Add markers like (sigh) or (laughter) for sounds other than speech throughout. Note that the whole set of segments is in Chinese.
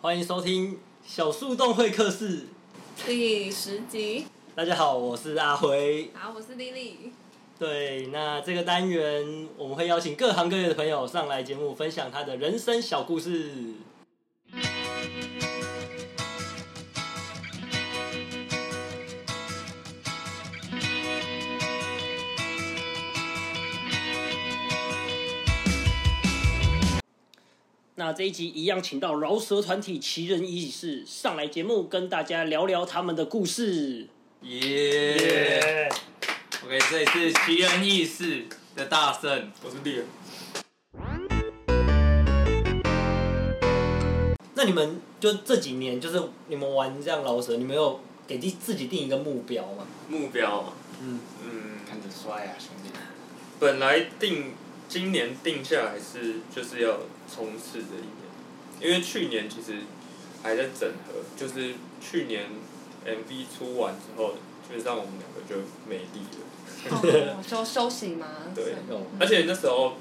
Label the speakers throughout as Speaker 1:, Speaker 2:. Speaker 1: 欢迎收听小树洞会客室。
Speaker 2: 第十集。
Speaker 1: 大家好，我是阿辉。
Speaker 2: 好，我是丽丽。
Speaker 1: 对，那这个单元我们会邀请各行各业的朋友上来节目，分享他的人生小故事。
Speaker 3: 那这一集一样，请到饶舌团体奇人异事上来节目，跟大家聊聊他们的故事。
Speaker 4: 耶、OK，这里是奇人异事的大圣，我是猎。
Speaker 1: 那你们就这几年，就是你们玩这样老舌，你们有给自自己定一个目标吗？
Speaker 4: 目标，
Speaker 1: 嗯，
Speaker 4: 嗯，
Speaker 5: 看着帅啊，兄弟！
Speaker 4: 本来定今年定下来是就是要冲刺的一年，因为去年其实还在整合，就是去年 MV 出完之后，基本上我们两个就没力了。
Speaker 2: 哦，休休息嘛。
Speaker 4: 对
Speaker 2: 是
Speaker 1: 有。
Speaker 4: 而且那时候，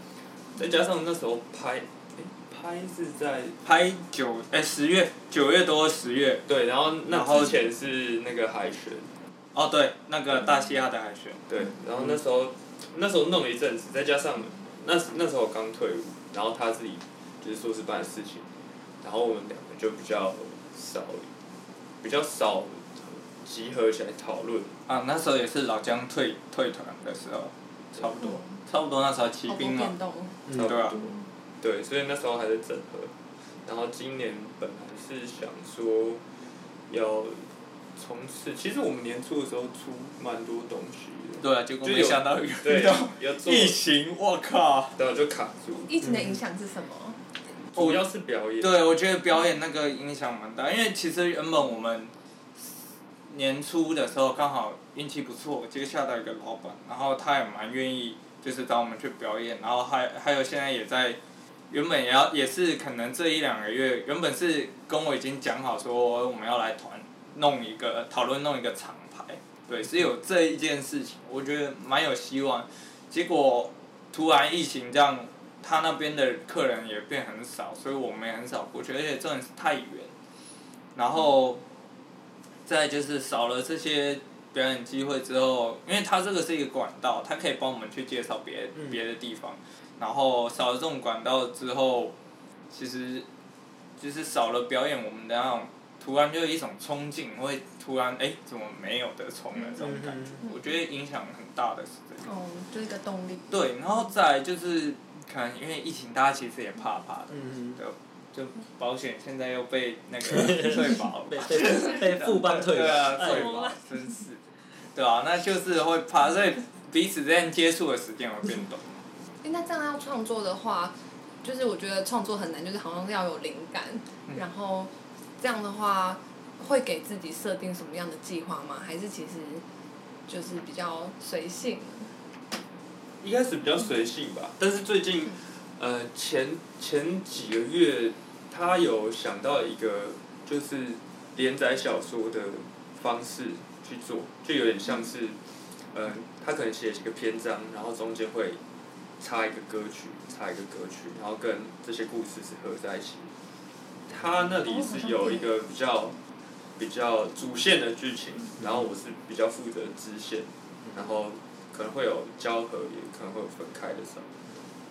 Speaker 4: 再加上那时候拍，诶拍是在
Speaker 5: 拍九哎十月九月多十月
Speaker 4: 对，然后那
Speaker 5: 然后
Speaker 4: 之前是那个海选，
Speaker 5: 哦，对，那个大西亚的海选，
Speaker 4: 对，然后
Speaker 5: 嗯
Speaker 4: 那时候、那时候弄了一阵子，再加上那那时候我刚退伍，然后他自己就是硕士班的事情，然后我们两个就比较少，比较少集合起来讨论，
Speaker 5: 啊，那时候也是老姜退退团的时候，差不多，差不多那时候骑
Speaker 2: 好多
Speaker 5: 兵嘛
Speaker 2: 变，动。
Speaker 1: 嗯
Speaker 5: 对啊，
Speaker 4: 对，所以那时候还在整合，然后今年本来是想说要冲刺，其实我们年初的时候出蛮多东西的，
Speaker 5: 对啊，结果
Speaker 4: 就
Speaker 5: 没
Speaker 4: 有
Speaker 5: 想到遇
Speaker 4: 对
Speaker 5: 到，
Speaker 4: 有做，
Speaker 5: 疫情，我靠！
Speaker 4: 然后就卡住，
Speaker 2: 疫情的影响是什么？
Speaker 4: 主要是表演，
Speaker 5: 对，我觉得表演那个影响蛮大，因为其实原本我们年初的时候刚好运气不错，接洽到一个老板，然后他也蛮愿意就是找我们去表演，然后还还有现在也在原本也要也是可能这一两个月，原本是跟我已经讲好说我们要来团弄一个讨论弄一个厂牌，对，是有这一件事情，我觉得蛮有希望，结果突然疫情这样他那边的客人也变很少，所以我们也很少过去，而且真的是太远。然后，再就是少了这些表演机会之后，因为它这个是一个管道，它可以帮我们去介绍别
Speaker 1: 嗯
Speaker 5: 别的地方。然后少了这种管道之后，其实就是少了表演我们的那种，突然就有一种冲劲，会突然哎怎么没有的冲了这种感觉。
Speaker 2: 嗯
Speaker 5: 我觉得影响很大的是这个。
Speaker 2: 哦，就是一个动力。
Speaker 5: 对，然后再来就是可能因为疫情，大家其实也怕怕的，
Speaker 1: 嗯，
Speaker 5: 就保险现在又被 (laughs) 那个退保了
Speaker 1: 被，被被
Speaker 5: (laughs)
Speaker 1: 副班退
Speaker 5: 对啊，
Speaker 1: 哎
Speaker 5: 退保，真是，对啊，那就是会怕，所以彼此之间接触的时间会变短。
Speaker 2: 诶那这样要创作的话，就是我觉得创作很难，就是好像要有灵感，
Speaker 5: 嗯
Speaker 2: 然后这样的话会给自己设定什么样的计划吗？还是其实就是比较随性？
Speaker 4: 一开始比较随性吧，但是最近，呃，前前几个月，他有想到一个就是连载小说的方式去做，就有点像是，呃，他可能写几个篇章，然后中间会插一个歌曲，插一个歌曲，然后跟这些故事是合在一起。他那里是有一个比较比较主线的剧情，然后我是比较负责支线，然后可能会有交合，也可能会有分开的时候，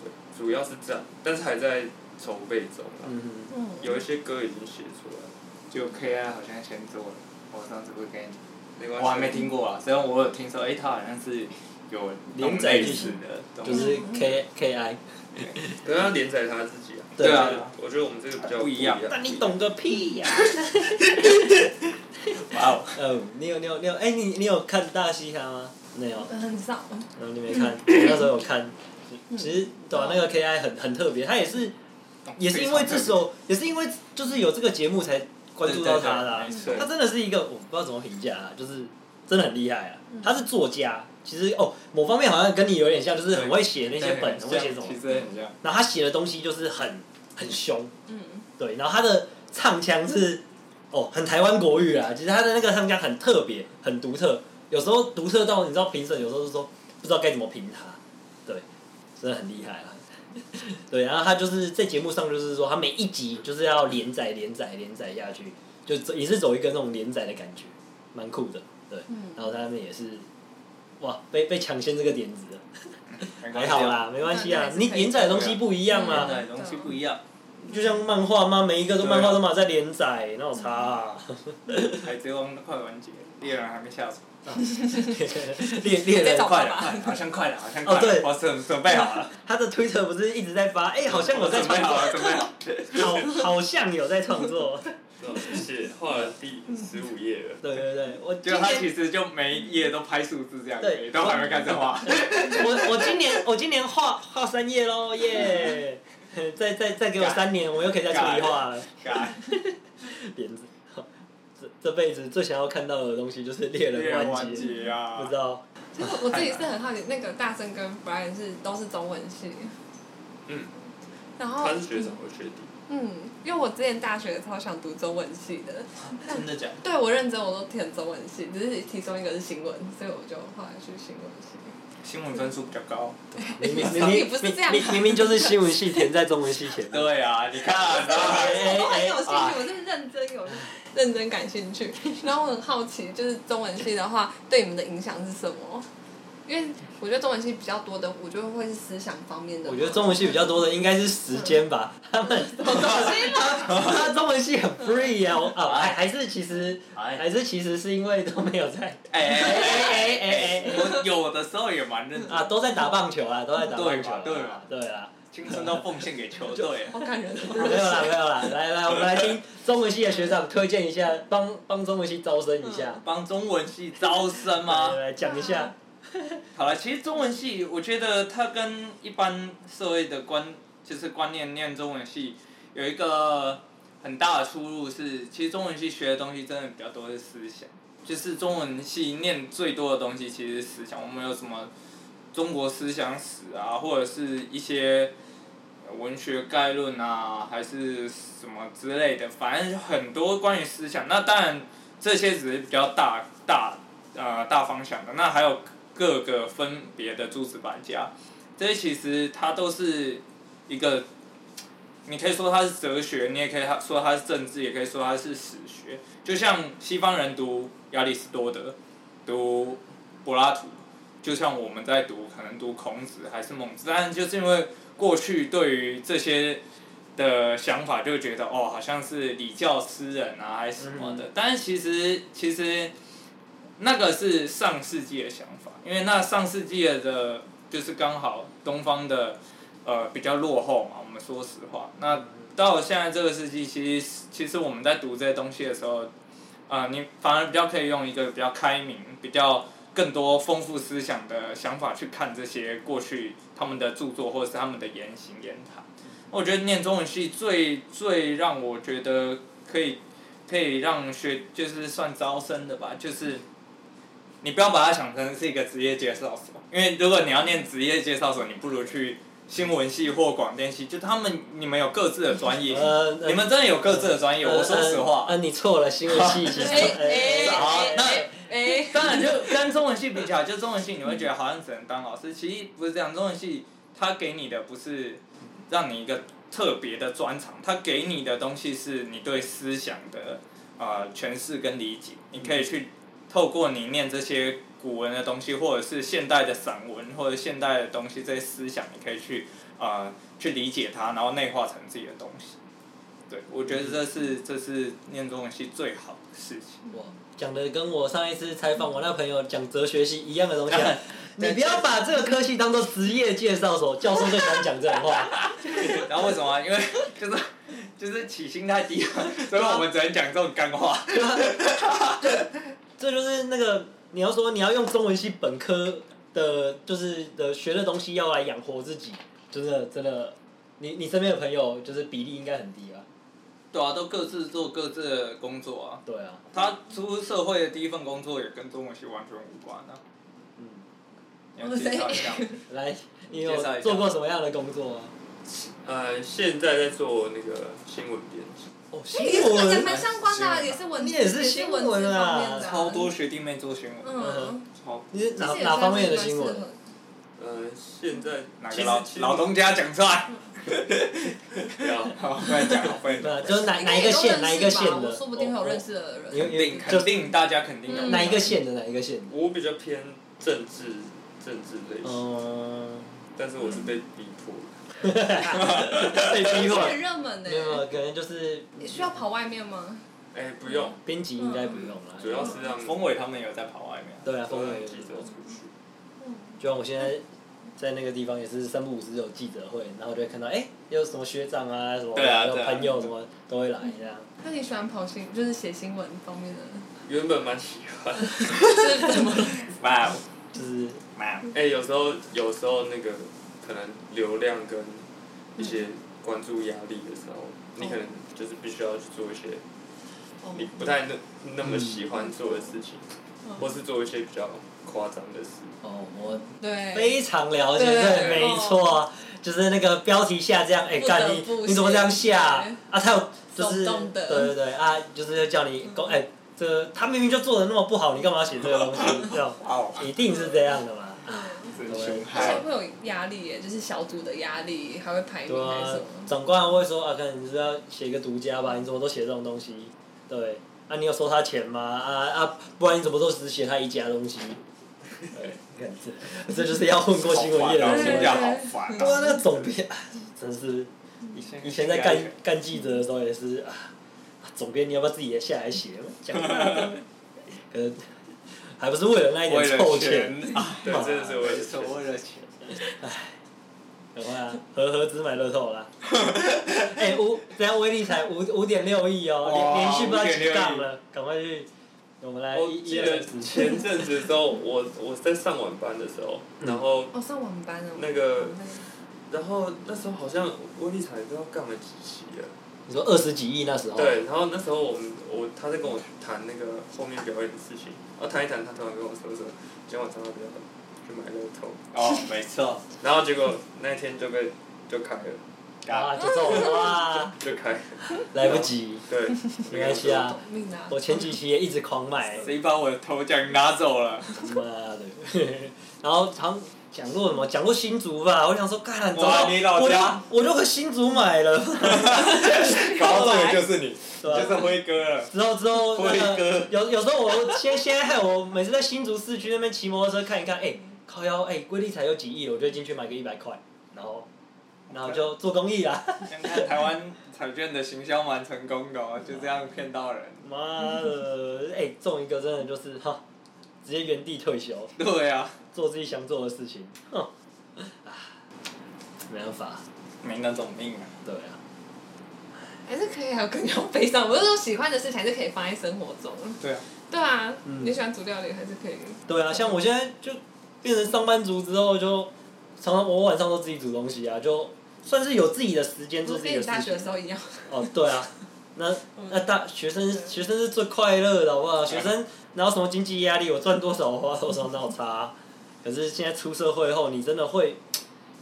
Speaker 4: 对，主要是这样，但是还在筹备中啊，
Speaker 1: 嗯，
Speaker 2: 嗯，
Speaker 4: 有一些歌已经写出来了，
Speaker 5: 就 K I 好像先做了，我上次会跟你，
Speaker 4: 没关系，
Speaker 5: 我还没听过啊，虽然我有听说，哎、他好像是有
Speaker 1: 连载
Speaker 5: 类
Speaker 1: 剧
Speaker 5: 似
Speaker 1: 情
Speaker 5: 的东西，
Speaker 1: 就是 K K I，
Speaker 4: 可是要连载他自己啊，
Speaker 1: 对
Speaker 5: 啊
Speaker 4: 就是我觉得我们这个比较
Speaker 5: 不一样
Speaker 3: 但你懂个屁
Speaker 1: (laughs)
Speaker 3: 呀、
Speaker 5: 哇哦，
Speaker 1: 嗯，你有你有你有，哎，你你有看大嘻哈吗？没有，
Speaker 2: 很少。
Speaker 1: 然后你没看，我那时候有看，其实对啊吧、那个 KI 很很特别，他也是也是因为这首，也是因为就是有这个节目才关注到他的、啊
Speaker 5: 对对对没。错
Speaker 1: 他真的是一个我不知道怎么评价、啊，就是真的很厉害啊。他是作家，其实哦某方面好像跟你有点像，就是很会写那些本，很会写什么
Speaker 5: 其。实很像。
Speaker 1: 然后他写的东西就是很很凶，
Speaker 2: 嗯，
Speaker 1: 对，然后他的唱腔是哦，很台湾国语啊，其实他的那个唱腔很特别，很独特，有时候独特到你知道评审有时候就说不知道该怎么评他，对，真的很厉害啊。 (laughs) 对，然后他就是在节目上就是说，他每一集就是要连载、连载、连载下去，就走也是走一个那种连载的感觉，蛮酷的。对，
Speaker 2: 嗯
Speaker 1: 然后他们也是，哇，被被抢先这个点子了，还好啦，没关系啊，
Speaker 2: 那那还是
Speaker 1: 你
Speaker 2: 可以
Speaker 1: 连载的嗯东西不一样
Speaker 5: 现
Speaker 1: 嘛，
Speaker 5: 在东西不一样，
Speaker 1: 就像漫画嘛，每一个都漫画都嘛在连载，那有差
Speaker 2: (laughs)
Speaker 1: 啊。
Speaker 5: 海贼王都快完结，猎人还没下手，
Speaker 1: 猎猎
Speaker 2: 在
Speaker 1: 人
Speaker 2: 找
Speaker 5: 快
Speaker 2: 爸
Speaker 5: 了，快
Speaker 2: 爸
Speaker 5: 了，好像快了，好像快
Speaker 1: 哦对
Speaker 5: 了，我准准备好
Speaker 1: (laughs)
Speaker 5: 了，
Speaker 1: 他的 Twitter 不是一直在发，哎、好像
Speaker 5: 我
Speaker 1: 我在
Speaker 5: 准备
Speaker 1: 创
Speaker 5: (laughs) 好
Speaker 1: 作，
Speaker 5: 了，准备
Speaker 1: (laughs)
Speaker 5: 好了。
Speaker 1: 好好像有在创
Speaker 5: (laughs)
Speaker 1: 作。
Speaker 4: 写画了第十五页了。
Speaker 1: 对对对，我今
Speaker 5: 就他其
Speaker 1: 年
Speaker 5: 实就每一页都拍数字这样
Speaker 1: 对
Speaker 5: 子，都还没开
Speaker 1: (laughs)
Speaker 5: 始画。
Speaker 1: 我我今年我今年画画三页喽，
Speaker 5: (laughs)
Speaker 1: 耶、再再再给我三年，我又可以再出一画了。
Speaker 5: 干
Speaker 1: 点子，这这辈子最想要看到的东西就是猎
Speaker 5: 猎
Speaker 1: 人
Speaker 5: 人
Speaker 1: 完
Speaker 5: 完
Speaker 1: 结，
Speaker 5: 结啊！
Speaker 1: 不知道
Speaker 2: 其实我自己是很好奇，那个大圣跟 Brian 是都是中文系，
Speaker 4: 嗯，
Speaker 2: 然后
Speaker 4: 他是学长，我学弟。
Speaker 2: 嗯，因为我之前大学超想读中文系的，
Speaker 5: 真的假的？
Speaker 2: 对我认真我都填中文系，只是其中一个是新闻，所以我就后来去新闻系。
Speaker 5: 新闻分数比较高。
Speaker 1: 明
Speaker 2: (laughs)
Speaker 1: 明明
Speaker 2: 到底
Speaker 1: 明
Speaker 2: 不是这样
Speaker 1: 明明明明就是新闻系填在中文系
Speaker 2: (laughs)
Speaker 1: 填的，
Speaker 5: 对啊，你
Speaker 1: (laughs)
Speaker 5: 看，
Speaker 2: 我都很有兴
Speaker 1: 哎
Speaker 2: 趣，我是认真有 (laughs) 认真感兴趣。然后我很好奇，就是中文系的话，对你们的影响是什么？因为我觉得中文系比较多的，我觉得会是思想方面的。
Speaker 1: 我觉得
Speaker 2: (laughs)
Speaker 1: 中文系比较多的应该是时间吧， (laughs) 他们他中文系很 free 啊，我啊还还是其实
Speaker 5: 哎
Speaker 1: 还是其实是因为都没有在
Speaker 5: 哎哎
Speaker 1: 哎哎
Speaker 5: 哎！我有的时候也蛮认真
Speaker 1: 啊，都在打棒球啊，都在打棒球啊，
Speaker 5: 对嘛
Speaker 1: 对啦，
Speaker 5: 青春都奉献给球队。
Speaker 2: 好感人哦。
Speaker 1: 没有啦没有啦，来来我们来听中文系的学长推荐一下，帮帮中文系招生一下，
Speaker 5: 帮中文系招生吗
Speaker 1: 来？来讲一下，
Speaker 5: 好了，啊其实中文系，我觉得它跟一般社会的观就是观念念中文系有一个很大的出入是，其实中文系学的东西真的比较多是思想，就是中文系念最多的东西其实是思想，我们有什么中国思想史啊，或者是一些文学概论啊，还是什么之类的，反正很多关于思想。那当然这些只是比较大大呃大方向的，那还有各个分别的诸子百家，这些其实它都是一个，你可以说它是哲学，你也可以它说它是政治，也可以说它是史学。就像西方人读亚里士多德，读柏拉图，就像我们在读可能读孔子还是孟子，但就是因为过去对于这些的想法，就会觉得哦，好像是礼教诗人啊，还是什么的。但是其实其实那个是上世纪的想法，因为那上世纪的，就是刚好东方的呃比较落后嘛。我们说实话，那到现在这个世纪，其实其实我们在读这些东西的时候，啊，你反而比较可以用一个比较开明、比较更多丰富思想的想法去看这些过去他们的著作或者是他们的言行言谈。我觉得念中文系最最让我觉得可以可以让学就是算招生的吧，就是你不要把它想成是一个职业介绍所，因为如果你要念职业介绍所，你不如去新闻系或广电系，就他们你们有各自的专业，
Speaker 1: 呃，
Speaker 5: 你们真的有各自的专业。我说实话，
Speaker 1: 呃，你错了，新闻
Speaker 5: (laughs)
Speaker 1: 系其实，
Speaker 2: 哎
Speaker 1: 哎
Speaker 2: 哎
Speaker 1: 哎
Speaker 2: 哎哎哎，
Speaker 5: 当然就跟中文系比起来，就中文系你会觉得好像只能当老师，其实不是这样。中文系它给你的不是让你一个特别的专长，它给你的东西是你对思想的啊、呃诠释跟理解，你可以去透过你念这些古文的东西，或者是现代的散文或者现代的东西，这些思想你可以去啊、呃去理解它，然后内化成自己的东西。对，我觉得这是这是念中文系最好的事情。
Speaker 1: 哇讲的跟我上一次采访我那朋友讲哲学系一样的东西
Speaker 5: (laughs)
Speaker 1: 啊，你不要把这个科系当做职业介绍所，教授最喜欢讲这种话。
Speaker 5: 然后为什么啊？因为 (laughs) 就是就是起薪太
Speaker 4: (laughs)
Speaker 5: 低了，啊所以我们只能讲这种干话。
Speaker 1: 这就是那个你要说你要用中文系本科的，就是的学的东西要来养活自己，真的真的，你你身边的朋友就是比例应该很低吧？
Speaker 5: 对啊，都各自做各自的工作啊。
Speaker 1: 对啊，
Speaker 5: 他出社会的第一份工作也跟中文系完全无关啊。
Speaker 1: 嗯，
Speaker 5: 你要介绍一下吗，
Speaker 1: 来，你
Speaker 5: 介绍
Speaker 1: 有
Speaker 5: 一下
Speaker 1: 做过什么样的工作啊？
Speaker 4: 呃，现在在做那个新闻编辑。
Speaker 1: 哦，
Speaker 2: 哎
Speaker 1: 新
Speaker 2: 也是
Speaker 1: 闻
Speaker 2: 也蛮相关的啊，也是文字，
Speaker 1: 你也是
Speaker 2: 是
Speaker 1: 新
Speaker 2: 文
Speaker 1: 闻
Speaker 2: 字
Speaker 1: 啊
Speaker 2: 方面的啊
Speaker 5: 超多学弟妹做新闻，
Speaker 2: 嗯，
Speaker 5: 超
Speaker 1: 你是
Speaker 2: 其实
Speaker 1: 哪
Speaker 2: 也
Speaker 1: 哪
Speaker 2: 算
Speaker 1: 方
Speaker 2: 是
Speaker 1: 面的
Speaker 2: 蛮
Speaker 1: 新
Speaker 2: 适
Speaker 1: 闻
Speaker 2: 合？
Speaker 4: 呃，现在
Speaker 5: 哪
Speaker 4: 其
Speaker 5: 个
Speaker 4: 实
Speaker 5: 老
Speaker 4: 其实
Speaker 5: 老东家讲出来？
Speaker 4: 不要
Speaker 5: 好，不然讲，不
Speaker 1: 对
Speaker 5: 然讲，
Speaker 1: 啊，就是哪
Speaker 2: 应
Speaker 1: 哪
Speaker 2: 该
Speaker 1: 一
Speaker 2: 也
Speaker 1: 个
Speaker 2: 哎都
Speaker 1: 县哪一个
Speaker 2: 认识吧
Speaker 1: 县的，
Speaker 2: 我说不定会有认
Speaker 1: 哦，
Speaker 2: 识的人。
Speaker 1: 有
Speaker 5: 肯定
Speaker 1: 有
Speaker 5: 肯
Speaker 1: 就是
Speaker 5: 定大家肯定
Speaker 1: 哦
Speaker 5: 有。
Speaker 2: 嗯
Speaker 1: 哪一个县的哪一个县的，
Speaker 4: 我比较偏政治政治类型，
Speaker 1: 嗯，
Speaker 4: 但是我是被逼迫的。
Speaker 1: 呃被逼
Speaker 2: 这
Speaker 1: 迫，
Speaker 2: 很热门呢、
Speaker 1: 没啊有，可能就是嗯
Speaker 2: 你需要跑外面吗？
Speaker 4: 哎，不用，
Speaker 1: 编辑应该不用啦，
Speaker 4: 主要是让
Speaker 5: 风伟他们有在跑外面啊。
Speaker 1: 对啊，风
Speaker 4: 风
Speaker 1: 格
Speaker 4: 记者出去。
Speaker 1: 就像我现在在那个地方也是三不五时有记者会，然后就会看到哎、有什么学长啊，什么
Speaker 5: 对啊
Speaker 1: 有
Speaker 5: 对啊
Speaker 1: 朋友什么都会来这样。
Speaker 2: 那你喜欢跑新，就是写新闻方面的？
Speaker 4: 原本蛮喜欢，
Speaker 2: 是怎么？
Speaker 5: 哇哦，
Speaker 1: 就是
Speaker 5: 哇哦，
Speaker 4: 哎、有时候有时候那个可能流量跟一些关注压力的时候，你可能就是必须要去做一些
Speaker 1: 哦
Speaker 4: 你不太那那么喜欢做的事情，
Speaker 1: 嗯
Speaker 2: 嗯
Speaker 4: 或是做一些比较夸张的事。
Speaker 1: 哦，我
Speaker 2: 对，
Speaker 1: 非常了解，
Speaker 2: 对
Speaker 1: 对，没错，就是那个标题下这样，哎、
Speaker 2: 不得
Speaker 1: 干你
Speaker 2: 不
Speaker 1: 你怎么这样下
Speaker 2: 写
Speaker 1: 啊？啊他有就是
Speaker 2: 手动的
Speaker 1: 对对对啊，就是叫你公哎、这个他明明就做的那么不好，你干嘛要写这个东西？这种
Speaker 5: 哦，
Speaker 1: (laughs) 一定是这样的嘛？
Speaker 5: 真凶
Speaker 2: 而且
Speaker 5: 悍。
Speaker 2: 会有压力耶，就是小组的压力，还会排
Speaker 1: 对
Speaker 2: 名还是
Speaker 1: 啊
Speaker 2: 什，么？
Speaker 1: 长官还会说啊，可能你是要写一个独家吧？你怎么都写这种东西？对，啊，你有收他钱吗？啊啊，不然你怎么都只写他一家东西？对， (laughs) 你看这这就是要混过新闻业的
Speaker 5: 好
Speaker 1: 人。
Speaker 5: 烦哦
Speaker 1: 对
Speaker 5: 评价好烦
Speaker 1: 啊，
Speaker 5: 哦。
Speaker 1: 那个总编啊真是以前在干干记者的时候也是啊，总编你要不要自己也下来写？讲 (laughs) 话真的可能还不是为了那一
Speaker 5: 为
Speaker 1: 点
Speaker 5: 了
Speaker 1: 臭钱，
Speaker 5: 钱啊，
Speaker 1: 哦
Speaker 4: 对，真的是我
Speaker 1: (laughs)
Speaker 4: 也
Speaker 5: 是为了钱。
Speaker 1: 赶快啊，合合资买乐透啦！ (laughs) 哎、五，等下威力才五五点六亿哦，连
Speaker 5: 哇
Speaker 1: 连续不知道几
Speaker 5: 5.6
Speaker 1: 杠了，赶快去，我们来
Speaker 4: 我
Speaker 1: 一一
Speaker 4: 记
Speaker 1: 二
Speaker 4: 得
Speaker 1: 三四
Speaker 4: 前阵子的时候，我我在上晚班的时候，然后
Speaker 2: 哦，上晚班哦。
Speaker 4: 那个然后那时候好像威力彩不知道干了几期了。
Speaker 1: 你说二十几亿那时候，
Speaker 4: 对，然后那时候我们我他在跟我谈那个后面表演的事情，然后谈一谈，他突然跟我说说，今天晚上要不要去买乐透？
Speaker 5: 哦，没错，
Speaker 4: 然后结果那一天就被就开了，
Speaker 1: 啊，就中了哇，
Speaker 4: 就开了，
Speaker 1: 来不及，
Speaker 4: 对，
Speaker 1: 没关系啊
Speaker 2: 懂命啊！
Speaker 1: 我前几期也一直狂买，
Speaker 5: 谁把我的头奖拿走了？
Speaker 1: 妈的， (laughs) 然后常讲过什么讲过新竹吧，我想说，干，早
Speaker 5: 哇
Speaker 1: 上
Speaker 5: 你老
Speaker 1: 我就
Speaker 5: 家
Speaker 1: 我就回新竹买了，
Speaker 5: 搞这个就是你，
Speaker 1: 对吧、
Speaker 5: 就是辉哥了。
Speaker 1: 之后之后那
Speaker 5: 辉
Speaker 1: 个
Speaker 5: 哥
Speaker 1: 有有时候我现现在害我每次在新竹市区那边骑摩托车看一看，哎、靠腰哎，龟、力才有几亿，我就进去买个一百块，然后然后就做公益啊，
Speaker 5: 现在台湾彩券的行销蛮成功的哦，就这样骗到人。
Speaker 1: 妈的，哎、中一个真的就是哈，直接原地退休，
Speaker 5: 对啊，
Speaker 1: 做自己想做的事情，哼，啊，没办法，
Speaker 5: 没那种命啊。
Speaker 1: 对啊，
Speaker 2: 还是可以，还啊有更要悲伤。我是说，喜欢的事情还是可以放在生活中。
Speaker 5: 对 (laughs) 啊，
Speaker 2: 对啊，
Speaker 1: 嗯
Speaker 2: 你喜欢煮料理还是可以。
Speaker 1: 对啊，像我现在就变成上班族之后就。常常我晚上都自己煮东西啊，就算是有自己的时间做
Speaker 2: 就
Speaker 1: 自己的
Speaker 2: 跟你
Speaker 1: 事
Speaker 2: 大
Speaker 1: 情
Speaker 2: 学。的时候一样，
Speaker 1: 哦，对啊，那
Speaker 2: 嗯啊
Speaker 1: 那大学生学生是最快乐的，好不好？学生哪有什么经济压力？我赚多少我花多少，哪有差啊、可是现在出社会后，你真的会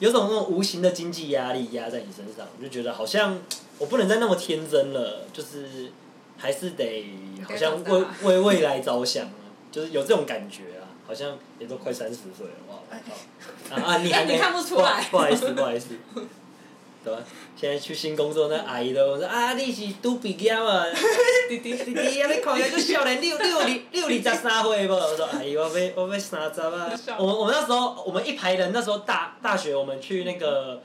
Speaker 1: 有种那种无形的经济压力压在你身上，你就觉得好像我不能再那么天真了，就是还是得好像
Speaker 2: 该长
Speaker 1: 为
Speaker 2: 大啊
Speaker 1: 为未来着想啊，就是有这种感觉啊，好像也都快三十岁了，哇！
Speaker 2: 哎
Speaker 1: 我靠啊啊！你还没
Speaker 2: 你看不出来
Speaker 1: 不好意思，不 (laughs) 好意思。对吧？现在去新工作，那阿姨都说啊，你是拄毕业嘛？
Speaker 2: 弟弟。
Speaker 1: 弟弟啊，你看起来就少年六六二六二十三岁无？我说阿姨，我要我要三十啊我们我们那时候我们一排人，那时候大大学我们去那个。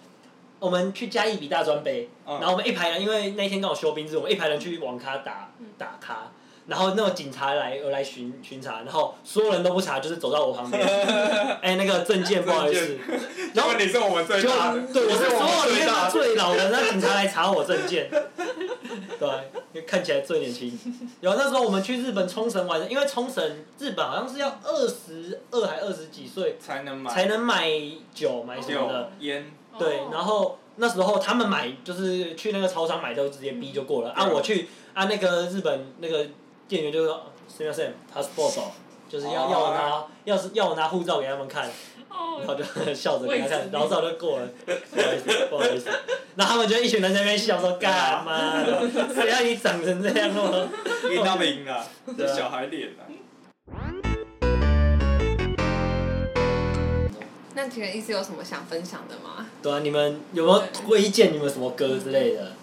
Speaker 1: 我们去嘉义比大专杯，
Speaker 5: 嗯
Speaker 1: 然后我们一排人，因为那一天刚好休兵日，我们一排人去网咖打打咖，然后那种警察来有来巡巡查，然后所有人都不查，就是走到我旁边，哎、那个证件不好意思，然后
Speaker 5: 结果你是我们最
Speaker 1: 就
Speaker 5: 大的，
Speaker 1: 对，我是
Speaker 5: 我
Speaker 1: 所有
Speaker 5: 们
Speaker 1: 里
Speaker 5: 最
Speaker 1: 面
Speaker 5: 大的。
Speaker 1: 最老的，那警察来查我证件，对，因为看起来最年轻。有那时候我们去日本冲绳玩，因为冲绳日本好像是要二十二还二十几岁
Speaker 5: 才能买
Speaker 1: 才能买酒买什么的
Speaker 5: 酒，烟，
Speaker 1: 对，
Speaker 2: 哦
Speaker 1: 然后那时候他们买就是去那个超商买都直接逼就过了，啊，
Speaker 5: 对
Speaker 1: 我去啊那个日本那个店员就说，哦すみません passport，就是要
Speaker 5: 哦
Speaker 1: 要我拿要是要我拿护照给他们看。然后
Speaker 2: 哦，
Speaker 1: 就笑着给他看，然后照就过了，不好意思， (laughs) 不好意思。然后他们就一群人在那边笑说：“干嘛的？谁让你长成这样哦
Speaker 5: 晕到没 (laughs) 赢啊？
Speaker 1: 对
Speaker 5: 这
Speaker 1: 啊
Speaker 5: (laughs) 小孩脸啊！
Speaker 2: 那情人意思有什么想分享的吗？
Speaker 1: 对啊，你们有没有
Speaker 2: 对
Speaker 1: 推荐你们什么歌之类的？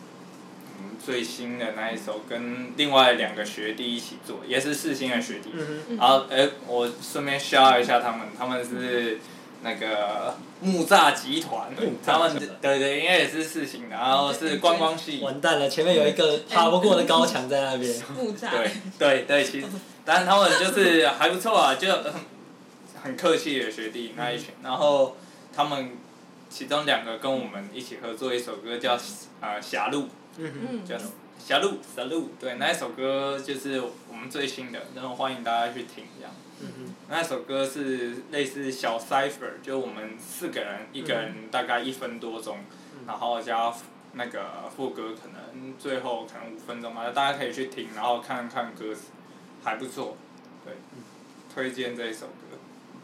Speaker 5: 嗯，最新的那一首跟另外两个学弟一起做，也是四星的学弟。
Speaker 1: 嗯哼，
Speaker 2: 嗯
Speaker 5: 然后，哎，我顺便 share 一下他们，他们是那个木栅集团
Speaker 1: 嗯，
Speaker 5: 他们对对，应该也是四星的，然后是观光系，
Speaker 1: 完蛋了，前面有一个爬不过的高墙在那边。
Speaker 2: 木栅
Speaker 5: 嗯对对对，其实，但是他们就是还不错啊，就嗯很客气的学弟那一群，然后他们其中两个跟我们一起合作一首歌叫啊狭路，
Speaker 1: 嗯
Speaker 2: 嗯
Speaker 5: 叫狭路狭路，对，那一首歌就是我们最新的，然后欢迎大家去听这样。
Speaker 1: 哼，嗯
Speaker 5: 那首歌是类似小 cipher，就我们四个人，一个人大概一分多钟，
Speaker 1: 嗯
Speaker 5: 然后加那个副歌，可能最后可能五分钟吧，大家可以去听，然后看看歌词，还不错，对，
Speaker 1: 嗯
Speaker 5: 推荐这一首歌。
Speaker 1: 哼，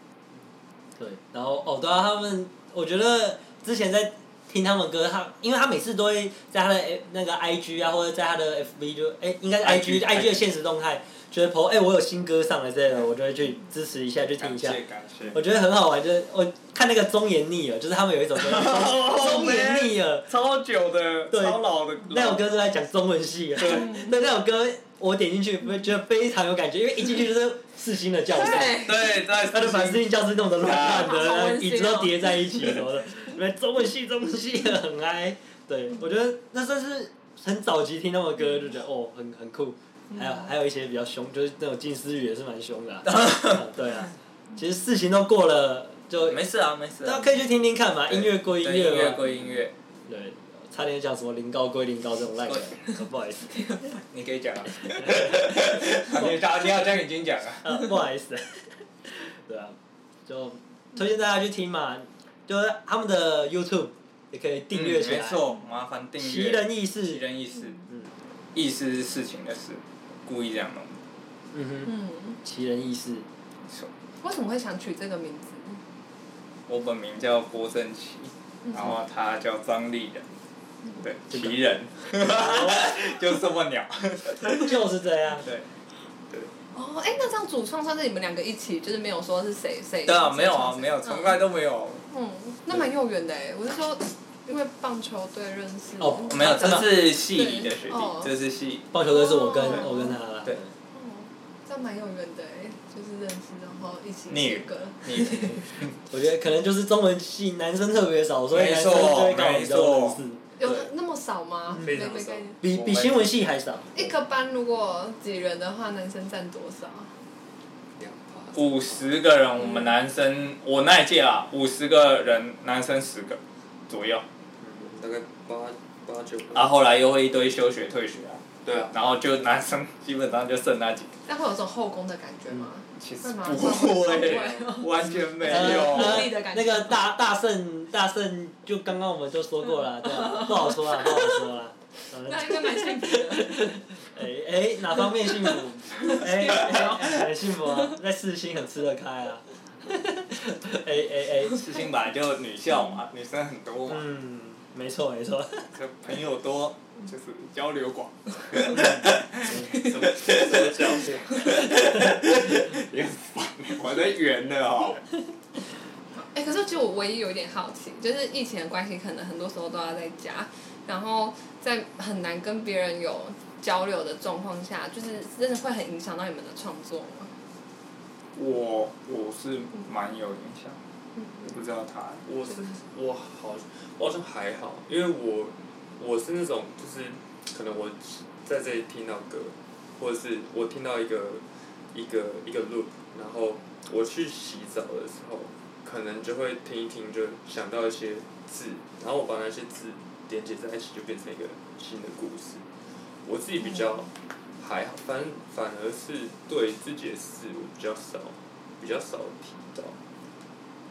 Speaker 1: 对，然后哦，对啊，他们，我觉得之前在听他们歌，他因为他每次都会在他的诶那个 IG 啊，或者在他的 FB 就哎，应该是 IG
Speaker 5: IG
Speaker 1: IG 的现实动态，觉得 PO 哎我有新歌上了之类的，我就会去支持一下，去听
Speaker 5: 感
Speaker 1: 一下。
Speaker 5: 谢感谢。
Speaker 1: 我觉得很好玩，就是我看那个忠言逆耳，就是他们有一首歌
Speaker 5: (laughs)
Speaker 1: 叫忠言逆耳，
Speaker 5: 超久的，
Speaker 1: 对
Speaker 5: 超老的
Speaker 1: 那首歌是在讲中文系的，
Speaker 5: 对
Speaker 1: (laughs) 那那首歌我点进去，不觉得非常有感觉，因为一进去就是四星的教室，
Speaker 2: 对，
Speaker 5: 对，在
Speaker 1: 他就把四星教室弄得乱乱
Speaker 2: 啊好
Speaker 1: 的，
Speaker 2: 温馨哦
Speaker 1: 椅子都叠在一起什么的，那中文系中文系的很嗨，对我觉得那算是很早期听他们的歌，就觉得哦很很酷，还有还有一些比较凶，就是那种近思语也是蛮凶的
Speaker 5: (laughs)
Speaker 1: 啊、啊对啊，其实事情都过了就。
Speaker 5: 没事啊，没事
Speaker 1: 大家
Speaker 5: 啊。
Speaker 1: 可以去听听看嘛，音乐归音
Speaker 5: 对音乐
Speaker 1: 乐嘛，
Speaker 5: 归音乐，
Speaker 1: 对，差点讲什么零高归零高这种烂梗，不好意思，
Speaker 5: 你可
Speaker 1: (laughs)
Speaker 5: 以讲啊。啊你大你好像已经讲
Speaker 1: (laughs)
Speaker 5: 了。
Speaker 1: 啊，不好意思，对啊，就推荐大家去听嘛，就是他们的 YouTube 也可以订阅
Speaker 5: 嗯
Speaker 1: 起
Speaker 5: 没
Speaker 1: 来，
Speaker 5: 错，麻烦订阅。
Speaker 1: 奇人异
Speaker 5: 奇
Speaker 1: 事，
Speaker 5: 人异事，
Speaker 1: 嗯
Speaker 5: 意思是事情的事，故意这样弄，
Speaker 1: 嗯哼，
Speaker 2: 嗯，
Speaker 1: 奇人异事，
Speaker 5: 没错。
Speaker 2: 为什么会想取这个名字？
Speaker 5: 我本名叫郭正奇，
Speaker 2: 嗯
Speaker 5: 然后他叫张立人，对，奇
Speaker 1: (laughs)
Speaker 5: 人，就这么鸟，
Speaker 1: 就是这样，
Speaker 5: 对。
Speaker 2: 哦，哎，那这样主创算是你们两个一起，就是没有说是谁谁？
Speaker 5: 对啊，
Speaker 2: 谁
Speaker 5: 没有啊，
Speaker 2: 谁
Speaker 5: 没有，
Speaker 2: 嗯
Speaker 5: 从来都没有，
Speaker 2: 嗯，那蛮有缘的哎。我是说，因为棒球队认识。
Speaker 1: 哦
Speaker 5: 没有，这
Speaker 1: 真的
Speaker 5: 是系里的学
Speaker 2: 对
Speaker 5: 弟
Speaker 2: 哦，
Speaker 5: 这是系，
Speaker 1: 棒球队是我跟
Speaker 2: 哦
Speaker 1: 我跟他，
Speaker 5: 嗯对
Speaker 2: 哦，这样蛮有缘的哎，就是认识，然后一起
Speaker 5: 你
Speaker 2: 这个。
Speaker 5: 你
Speaker 1: 我觉得可能就是中文系男生特别少，所以男生就会刚好比较
Speaker 5: 没
Speaker 1: 认
Speaker 5: 错
Speaker 1: 识，
Speaker 2: 有
Speaker 5: 对
Speaker 2: 那么少吗？没没
Speaker 5: 非常少
Speaker 2: 概念。
Speaker 1: 比比新闻系还少，
Speaker 2: 一个班如果几人的话，男生占多少？
Speaker 5: 五十个人，我们男生，我那一届啊，五十个人，男生十个左右，
Speaker 4: 大概八八九个
Speaker 5: 啊，后来又会一堆休学退学啊，
Speaker 4: 对啊，
Speaker 5: 然后就男生基本上就剩那几个。
Speaker 2: 那会有种后宫的感觉吗？
Speaker 5: 其实
Speaker 2: 会吗？
Speaker 5: 不
Speaker 2: 会
Speaker 5: 会，
Speaker 2: 哦
Speaker 5: 完全没
Speaker 1: 呃
Speaker 5: 有。
Speaker 2: 力的感觉
Speaker 1: 那个大大圣大圣就刚刚我们就说过了，对吧？不好说啦，不好说啦。
Speaker 2: (laughs) 那应该蛮幸福的。
Speaker 1: 哎哎，哪方面幸福？哎哎，哎很幸福啊，在四星很吃得开啊。哎哎哎，
Speaker 5: 事情本来就女校嘛，女生很多嘛，
Speaker 1: 嗯，没错没错。
Speaker 5: 就朋友多，就是交流广，
Speaker 1: 嗯
Speaker 4: 这样子。
Speaker 5: (laughs) 也很烦。我在圆的哦，
Speaker 2: (laughs) 哎、可是其实我唯一有一点好奇，就是疫情的关系，可能很多时候都要在家，然后在很难跟别人有交流的状况下，就是真的会很影响到你们的创作吗？
Speaker 5: 我我是蛮有影响，我不知道他。
Speaker 4: 我是我好，我好像还好，因为我我是那种就是可能我在这里听到歌，或者是我听到一个一个一个 loop，然后我去洗澡的时候，可能就会听一听，就想到一些字，然后我把那些字连接在一起，就变成一个新的故事。我自己比较还好，反反而是对自己的事我比较少，比较少提到。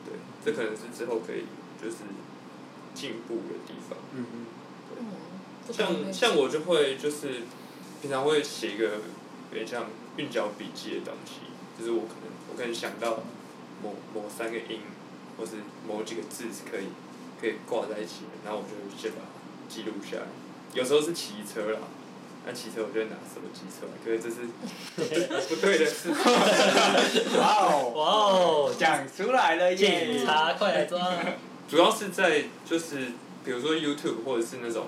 Speaker 4: 对，这可能是之后可以就是进步的地方。
Speaker 1: 嗯嗯
Speaker 2: 嗯，不懂
Speaker 4: 像
Speaker 2: 会
Speaker 4: 像我就会就是平常会写一个有点像韵脚笔记的东西，就是我可能我可能想到某某三个音或是某几个字是可以可以挂在一起的，然后我就先把它记录下来。有时候是骑车啦，那其实我就会拿手机出来，可是这是 (laughs) 不对的事情。
Speaker 5: 哇哦，
Speaker 1: 哇哦，
Speaker 5: 讲出来了
Speaker 1: 警
Speaker 5: 耶！
Speaker 1: 察快来抓！啊
Speaker 4: 主要是在就是比如说 YouTube 或者是那种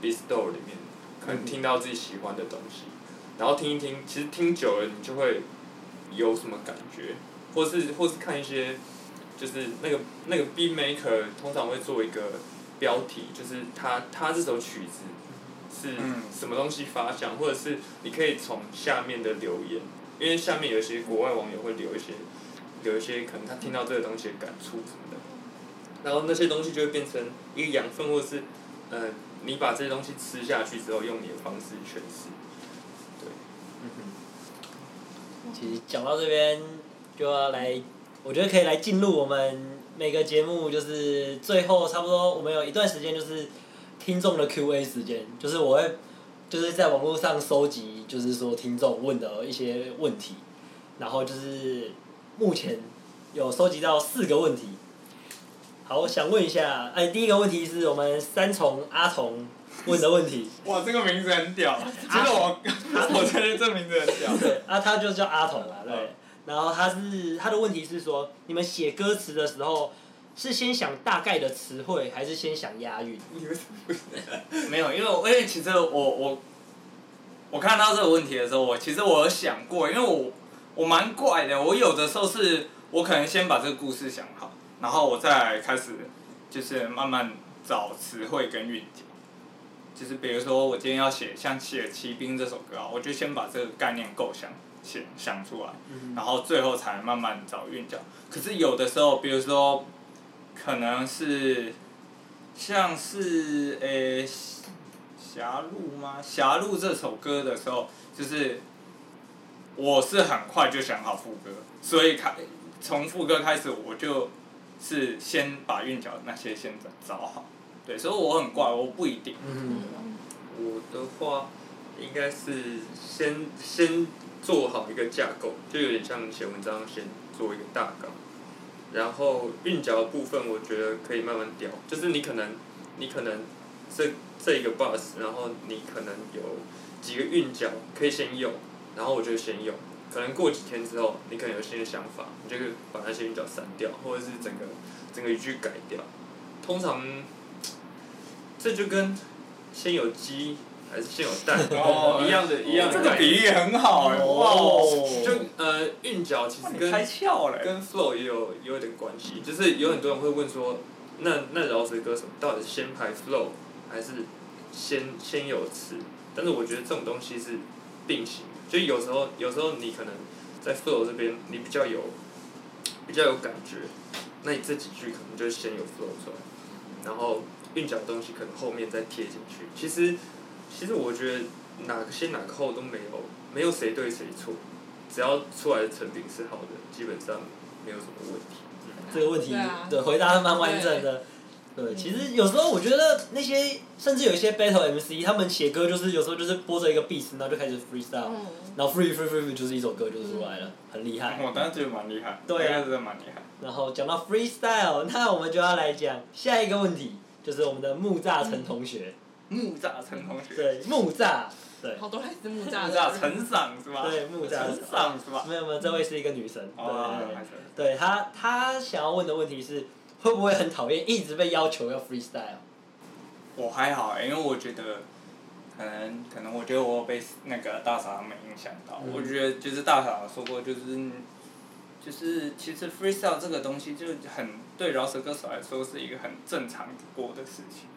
Speaker 4: b i s t o r 里面，可能听到自己喜欢的东西，然后听一听，其实听久了你就会有什么感觉，或是或是看一些就是那个那个 beat maker 通常会做一个标题，就是他他这首曲子是
Speaker 5: 嗯
Speaker 4: 什么东西发想，或者是你可以从下面的留言，因为下面有一些国外网友会留一些留一些可能他听到这个东西的感触什么的。然后那些东西就会变成一个养分，或者是，呃，你把这些东西吃下去之后，用你的方式诠释。
Speaker 1: 嗯哼其实讲到这边，就要来，我觉得可以来进入我们每个节目，就是最后差不多，我们有一段时间就是听众的 Q&A 时间，就是我会就是在网络上收集，就是说听众问的一些问题，然后就是目前有收集到四个问题。好，我想问一下，哎，第一个问题是我们三重阿童问的问题，
Speaker 5: 哇，这个名字很屌，其实我我觉得这名字很屌。
Speaker 1: 对， (laughs) 啊，他就叫阿童啦，对。然后他是他的问题是说，你们写歌词的时候是先想大概的词汇，还是先想押韵？
Speaker 4: 你为什么不
Speaker 5: (laughs) 没有，因为我因为其实我我我看到这个问题的时候，我其实我有想过，因为我我蛮怪的，我有的时候是我可能先把这个故事想好，然后我再开始就是慢慢找词汇跟韵脚。就是比如说，我今天要写像写《骑兵》这首歌啊，我就先把这个概念构想写想出来，然后最后才慢慢找韵脚。可是有的时候，比如说，可能是像是诶《狭路》吗？《狭路》这首歌的时候，就是我是很快就想好副歌，所以开从副歌开始，我就是先把韵脚那些先找好。对，所以我很怪，我不一定。
Speaker 1: 嗯，
Speaker 4: 我的话，应该是先先做好一个架构，就有点像写文章先做一个大纲，然后韵脚的部分我觉得可以慢慢调，就是你可能你可能这这一个 bus，然后你可能有几个韵脚可以先用，然后我就先用。可能过几天之后，你可能有新的想法，你就把那些韵脚删掉，或者是整个整个语句改掉。通常，这就跟先有鸡还是先有
Speaker 5: (laughs)
Speaker 4: 蛋
Speaker 5: 哦
Speaker 4: 一样的，一样的
Speaker 5: 这
Speaker 4: 概
Speaker 5: 个
Speaker 4: 念
Speaker 5: 比喻很好哎、哇哦！
Speaker 4: 就呃韵脚其
Speaker 5: 哇
Speaker 4: 实
Speaker 5: 你
Speaker 4: 跟
Speaker 5: 开窍了、哎
Speaker 4: 跟 flow 也有也有点关系，就是有很多人会问说，那那饶舌歌手到底是先排 flow 还是先先有词？但是我觉得这种东西是并行的，就有时候有时候你可能在 flow 这边你比较有比较有感觉，那你这几句可能就先有 flow 出来，然后韵脚的东西可能后面再贴进去。其实其实我觉得哪个先哪个后都没有，没有谁对谁错。只要出来的成品是好的，基本上没有什么问题。
Speaker 1: 这个问题
Speaker 2: 对啊嗯
Speaker 1: 对回答的蛮完整的。对，其实有时候我觉得那些甚至有一些 battle MC，他们写歌就是有时候就是播着一个 beat，然后就开始 freestyle，
Speaker 2: 嗯，
Speaker 1: 然后 free free free free 就是一首歌就是出来了，很厉害。
Speaker 5: 我当时觉得蛮厉害，
Speaker 1: (laughs) 对啊
Speaker 5: 那个真的蛮厉害。
Speaker 1: 然后讲到 freestyle，那我们就要来讲下一个问题，就是我们的木栅陈同学，
Speaker 5: 木栅陈同学，
Speaker 1: 对木栅，对
Speaker 2: 好多来自木
Speaker 5: 木
Speaker 2: 栅
Speaker 5: 栅
Speaker 2: 的，
Speaker 5: 陈赏是吧？
Speaker 1: 对木栅
Speaker 5: 陈赏是吧？
Speaker 1: 没有没有，这位是一个女生，对
Speaker 5: 哦
Speaker 1: 对，对
Speaker 5: 还是
Speaker 1: 对她她想要问的问题是，会不会很讨厌一直被要求要 freestyle？
Speaker 5: 我还好、欸因为我觉得，可能可能我觉得我被那个大傻他们影响到。
Speaker 1: 嗯
Speaker 5: 我觉得就是大傻说过，就是就是其实 freestyle 这个东西就很对饶舌歌手来说是一个很正常不过的事情。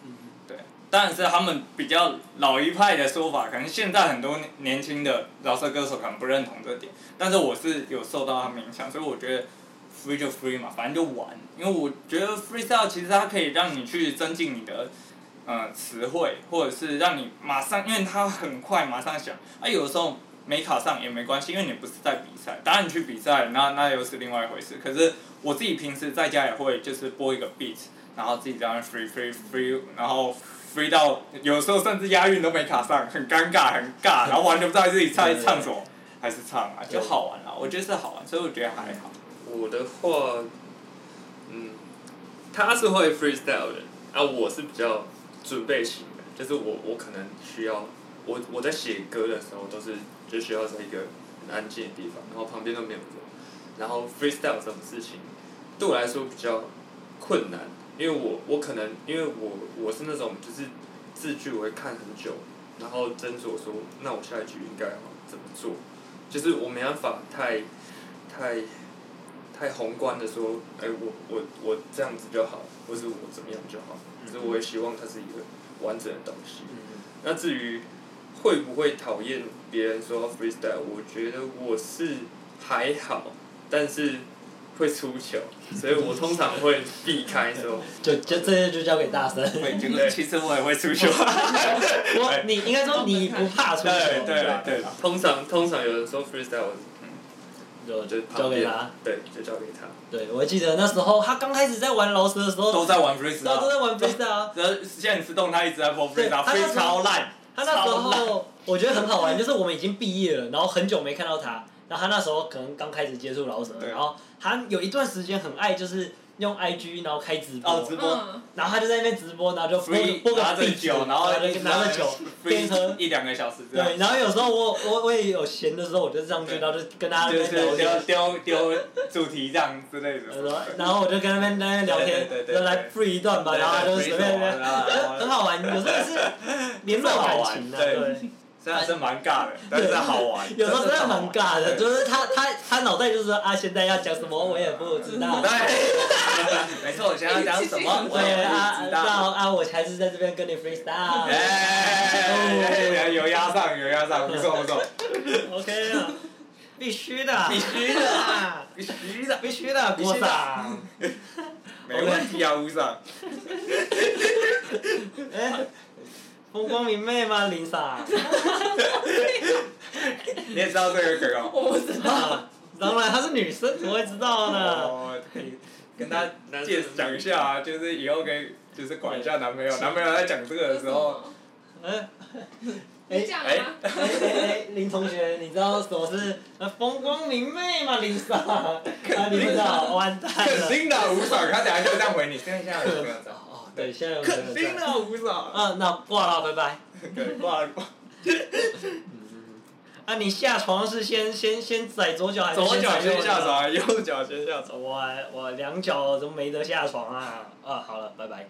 Speaker 5: 对，当然是他们比较老一派的说法，可能现在很多年年轻的饶舌歌手可能不认同这点，但是我是有受到他们影响，所以我觉得 free 就 free 嘛，反正就玩，因为我觉得 freestyle 其实它可以让你去增进你的。呃，词汇或者是让你马上，因为它很快马上想，啊，有时候没考上也没关系，因为你不是在比赛。当然你去比赛，那那又是另外一回事。可是我自己平时在家也会就是播一个 beat，然后自己在那 free free free，然后 free 到有时候甚至押韵都没卡上，很尴尬很尬，然后完全不知道自己在唱什么，还是唱啊，就好玩啊，我觉得是好玩，所以我觉得还好。
Speaker 4: 我的话，嗯，他是会 freestyle 的，啊，我是比较准备型的，就是我我可能需要我我在写歌的时候都是就学校在一个很安静的地方，然后旁边都没有人，然后 freestyle 这种事情对我来说比较困难，因为我我可能因为我我是那种就是字句我会看很久，然后斟酌说那我下一句应该要怎么做，就是我没办法太太太宏观的说，哎、我我我这样子就好，或是我怎么样就好，就是我也希望它是一个完整的东西。
Speaker 5: 嗯
Speaker 4: 那至于会不会讨厌别人说 freestyle，我觉得我是还好，但是会出糗，所以我通常会避开说，
Speaker 1: 就就这些就交给大神。
Speaker 5: 对，就
Speaker 4: 对
Speaker 5: 是其实我也会出糗。
Speaker 1: 我你应该说你不怕出糗，
Speaker 5: (laughs) 对哎对
Speaker 1: 是吧
Speaker 5: 对，
Speaker 4: 通常通常有人说 freestyle，
Speaker 1: 就
Speaker 4: 我就
Speaker 1: 交
Speaker 4: 旁
Speaker 1: 给
Speaker 4: 边
Speaker 1: 他。，
Speaker 4: 对，就交给他。
Speaker 1: 对，我记得那时候他刚开始在玩饶舌的时候，
Speaker 5: 都在玩
Speaker 1: 大家都在
Speaker 5: freestyle，
Speaker 1: 玩
Speaker 5: (laughs)
Speaker 1: freestyle。啊
Speaker 5: 然后现在自动他一直在播
Speaker 1: 对
Speaker 5: freestyle，
Speaker 1: 他那时候
Speaker 5: freestyle 超烂，
Speaker 1: 他那时
Speaker 5: 超烂
Speaker 1: 候我觉得很好玩，就是我们已经毕业了，然后很久没看到他，然后他那时候可能刚开始接触饶舌，
Speaker 5: 对
Speaker 1: 然后他有一段时间很爱就是用 IG 然后开直播，
Speaker 5: 哦直播
Speaker 2: 嗯，
Speaker 1: 然后他就在那边直播，然后就播
Speaker 5: free
Speaker 1: 播个
Speaker 5: 拿着
Speaker 1: beat，
Speaker 5: 酒，然后
Speaker 1: 就拿着酒边喝
Speaker 5: free。一两个小时这样
Speaker 1: 对，。然后有时候我我我也有闲的时候，我就上去，
Speaker 5: 对
Speaker 1: 然后就跟他
Speaker 5: 就
Speaker 1: 在那边聊
Speaker 5: 是丢
Speaker 1: 天，
Speaker 5: 丢丢主题这样之类的
Speaker 1: 然后。然后我就跟他们在那边聊天
Speaker 5: 对对，对对
Speaker 1: 就来 free 一段吧，然后他就随便，
Speaker 5: 对
Speaker 1: (laughs) 很很好玩，有时候也是联络感情的，
Speaker 5: 这很好玩
Speaker 1: 对。
Speaker 5: 虽然是蛮尬的，但是好玩。
Speaker 1: 有时候真的蛮尬的，
Speaker 5: 对
Speaker 1: 就是他他他脑袋就是说啊，现在要讲什么我也不知道，
Speaker 5: 对， (laughs) 没错，我想要讲什么，
Speaker 1: (laughs) 我
Speaker 5: (laughs) 我
Speaker 1: 也
Speaker 5: 也
Speaker 1: 啊
Speaker 5: 不知道。
Speaker 1: 啊啊，我还是在这边跟你 freestyle，OK
Speaker 5: 哎，有压上，有压上，不错不
Speaker 1: (laughs)
Speaker 5: 错，
Speaker 1: 啊，必须的，
Speaker 5: (laughs) 必须的
Speaker 1: 啊，
Speaker 5: 必须的，
Speaker 1: 必须的，郭上，
Speaker 5: 没问题啊，乌上。
Speaker 1: (laughs) 哎，风光明媚吗，林赏？
Speaker 5: 你也知道这个梗 (laughs) 哦。
Speaker 2: 我不知道，
Speaker 1: 啊，当然她是女生，怎么会知道呢？
Speaker 5: 哦，可以跟他介讲一下啊，就是以后可以就是管一下男朋友，男朋友在讲这个的时候，
Speaker 1: 哎
Speaker 2: 你讲啊，
Speaker 1: 哎哎，林同学，你知道什么是呃风光明媚吗，林赏？啊，你不知道，完蛋
Speaker 5: 肯
Speaker 1: 了。
Speaker 5: 定的，无爽，他等下就这样回你，看一下有没有找。
Speaker 1: 哦，对，现在有
Speaker 5: 肯
Speaker 1: 没有
Speaker 5: 定
Speaker 1: 在？
Speaker 5: 的，无 (laughs) 爽。
Speaker 1: 啊，那挂了，拜拜。
Speaker 5: 对，挂 (laughs) 了挂。
Speaker 1: 啊，你下床是先先先踩左脚还是
Speaker 5: 左脚
Speaker 1: 先
Speaker 5: 先下
Speaker 1: 踩右
Speaker 5: 床，右脚先下床。
Speaker 1: 脚？我我两脚都没得下床啊！啊，好了，拜拜。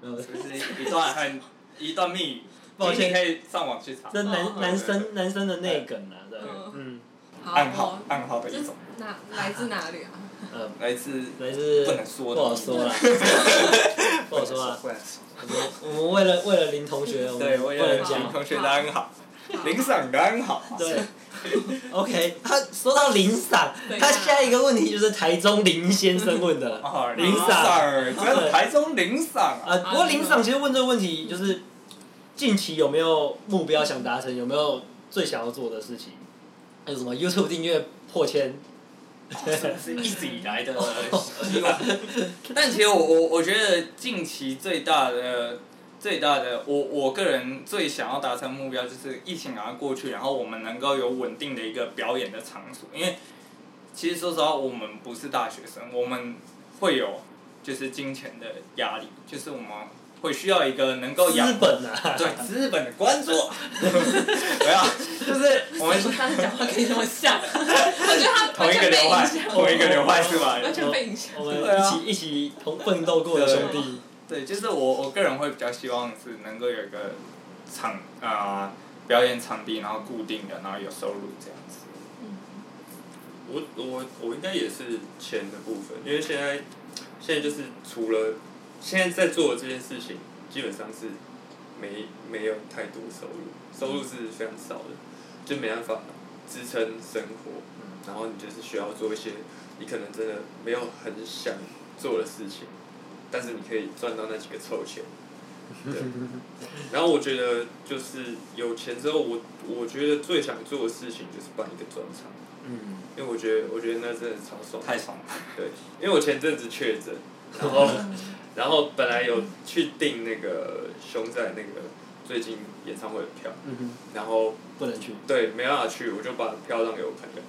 Speaker 1: 没有
Speaker 5: 就是一段很一段密语，
Speaker 1: 抱歉
Speaker 5: 你可以上网去查。
Speaker 1: 这
Speaker 2: 哦
Speaker 1: 男
Speaker 2: 哦
Speaker 1: 男生男生的内梗啊，对
Speaker 2: 嗯，
Speaker 1: 嗯，
Speaker 2: 好，
Speaker 5: 暗号
Speaker 2: 我，
Speaker 5: 暗号的
Speaker 2: 这
Speaker 5: 一
Speaker 2: 是
Speaker 5: 种，
Speaker 2: 哪来自哪里啊？
Speaker 1: 呃，
Speaker 5: 来自
Speaker 1: 还是
Speaker 5: 不能说的
Speaker 1: 不好说啦， (laughs) 不好说啦。
Speaker 5: 不能说
Speaker 1: 我们我们为了为了林同学，我
Speaker 5: 对，
Speaker 1: 们
Speaker 5: 我
Speaker 1: 不
Speaker 5: 也有
Speaker 1: 能
Speaker 5: 林
Speaker 1: 讲。
Speaker 5: 同学的暗号，林赏的暗号。
Speaker 1: 对，OK，他说到林赏，
Speaker 2: 对啊
Speaker 1: 他下一个问题就是台中林先生问的了。
Speaker 5: (laughs) 哦，
Speaker 1: 林赏
Speaker 5: 赏， (laughs) 真的台中林赏啊！
Speaker 1: 呃，不过林赏其实问这个问题，就是近期有没有目标想达成，有没有最想要做的事情？还有什么 YouTube 订阅破千？
Speaker 5: 是一直以来的希望。 (laughs) 但其实我我我觉得近期最大的最大的我我个人最想要达成目标就是疫情赶快过去，然后我们能够有稳定的一个表演的场所，因为其实说实话，我们不是大学生，我们会有就是金钱的压力，就是我们会需要一个能够
Speaker 1: 资
Speaker 5: 养
Speaker 1: 本
Speaker 5: (laughs)
Speaker 1: 啊，
Speaker 5: 对资本的关注， (laughs) 不要，就是我 (laughs) 们
Speaker 2: 我当时讲话跟你那么像，我觉得他
Speaker 5: 同
Speaker 2: 完
Speaker 5: 一
Speaker 2: 全
Speaker 5: 个
Speaker 2: 被
Speaker 5: 流派
Speaker 2: 影，响，
Speaker 5: 同一个流派
Speaker 2: (laughs)
Speaker 5: 是吧？
Speaker 2: 完全被影响。
Speaker 1: 我
Speaker 5: 对
Speaker 1: 们一
Speaker 5: 啊
Speaker 1: 起一起同奋斗过的兄弟。
Speaker 5: 对，就是我我个人会比较希望是能够有一个场啊、表演场地，然后固定的，然后有收入这样子。
Speaker 4: 我我我应该也是钱的部分，因为现在现在就是除了现在在做的这件事情，基本上是没没有太多收入，收入是非常少的，就没办法支撑生活。然后你就是需要做一些你可能真的没有很想做的事情，但是你可以赚到那几个臭钱。对，然后我觉得就是有钱之后，我我觉得最想做的事情就是办一个专场。
Speaker 1: 嗯，
Speaker 4: 因为我觉得，我觉得那真的超爽。
Speaker 5: 太爽了！
Speaker 4: 对，因为我前阵子确诊，然后，
Speaker 5: 哦
Speaker 4: 然后本来有去订那个熊仔那个最近演唱会的票，
Speaker 1: 嗯哼，
Speaker 4: 然后
Speaker 1: 不能去。
Speaker 4: 对没办法去，我就把票让给我朋友。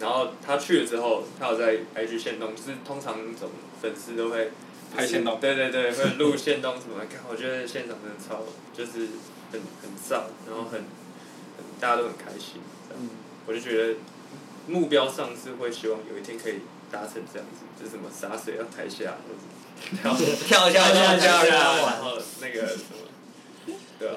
Speaker 4: 然后他去了之后，他有在 IG 线动，就是通常那种粉丝都会
Speaker 5: 拍限动
Speaker 4: 对对对，会录线动什么的。看，我觉得现场真的超，就是很很燥，然后很很大家都很开心。这样
Speaker 1: 嗯，
Speaker 4: 我就觉得目标上是会希望有一天可以达成这样子，就是什么洒水要台下，然后
Speaker 1: 跳下去
Speaker 4: 跳下
Speaker 1: 跳下去
Speaker 4: 然后那个什么，
Speaker 1: (laughs)
Speaker 4: 对啊，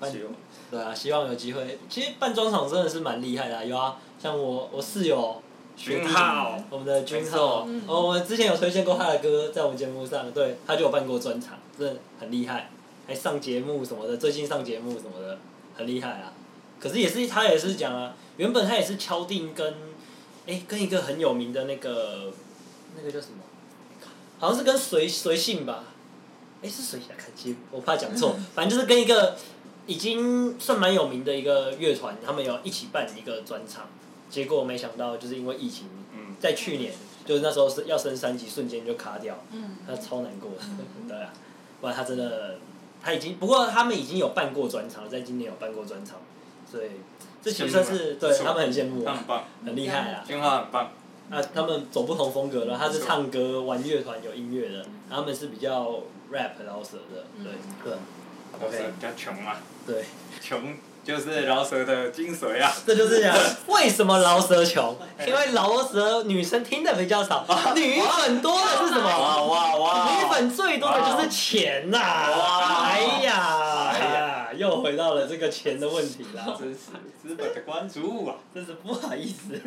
Speaker 1: 办
Speaker 4: 希望
Speaker 1: 对啊，希望有机会。其实办专场真的是蛮厉害的、啊，有啊，像我我室友
Speaker 4: 君浩，
Speaker 1: 我们的君浩，
Speaker 2: 没错
Speaker 1: 哦，我们之前有推荐过他的歌，在我们节目上，对，他就有办过专场，真的很厉害，还上节目什么的，最近上节目什么的，很厉害啊。可是也是他也是讲啊，原本他也是敲定跟，哎、跟一个很有名的那个，那个叫什么，好像是跟随随性吧，哎、是谁啊？看其实我怕讲
Speaker 5: 嗯
Speaker 1: 错，反正就是跟一个已经算蛮有名的一个乐团，他们有一起办一个专场，结果没想到就是因为疫情
Speaker 5: 嗯，
Speaker 1: 在去年，就是那时候是要升三级，瞬间就卡掉，
Speaker 2: 嗯，
Speaker 1: 他超难过的，
Speaker 5: 嗯
Speaker 1: (laughs) 对啊，不然他真的，他已经不过他们已经有办过专场，在今年有办过专场，所以这其实算是
Speaker 5: 羡慕啊
Speaker 1: 对
Speaker 5: 是吧
Speaker 1: 他们很羡慕
Speaker 5: 他
Speaker 1: 啊
Speaker 5: 很，棒，
Speaker 1: 很厉害啊。
Speaker 5: 君浩很棒，
Speaker 1: 啊，他们走不同风格的，他是
Speaker 5: 是
Speaker 1: 唱歌、玩乐团、有音乐的，他们是比较 rap 饶舌的，对
Speaker 2: 嗯
Speaker 1: 对
Speaker 5: 老师
Speaker 1: OK
Speaker 5: 比较穷嘛，
Speaker 1: 对，
Speaker 5: 穷就是饶舌的精髓啊。
Speaker 1: 这就是讲为什么饶舌穷，哎因为饶舌女生听的比较
Speaker 5: (laughs)
Speaker 1: 少，女粉多的是什么？
Speaker 5: 哇哇哇！
Speaker 1: 女粉最多的就是钱呐、
Speaker 5: 哇
Speaker 1: 哎呀，
Speaker 5: 哎
Speaker 1: 哎呀，又回到了这个钱的问题
Speaker 5: (laughs)
Speaker 1: 啦，
Speaker 5: 真是资本的关注啊！
Speaker 1: 真是不好意思。 (laughs)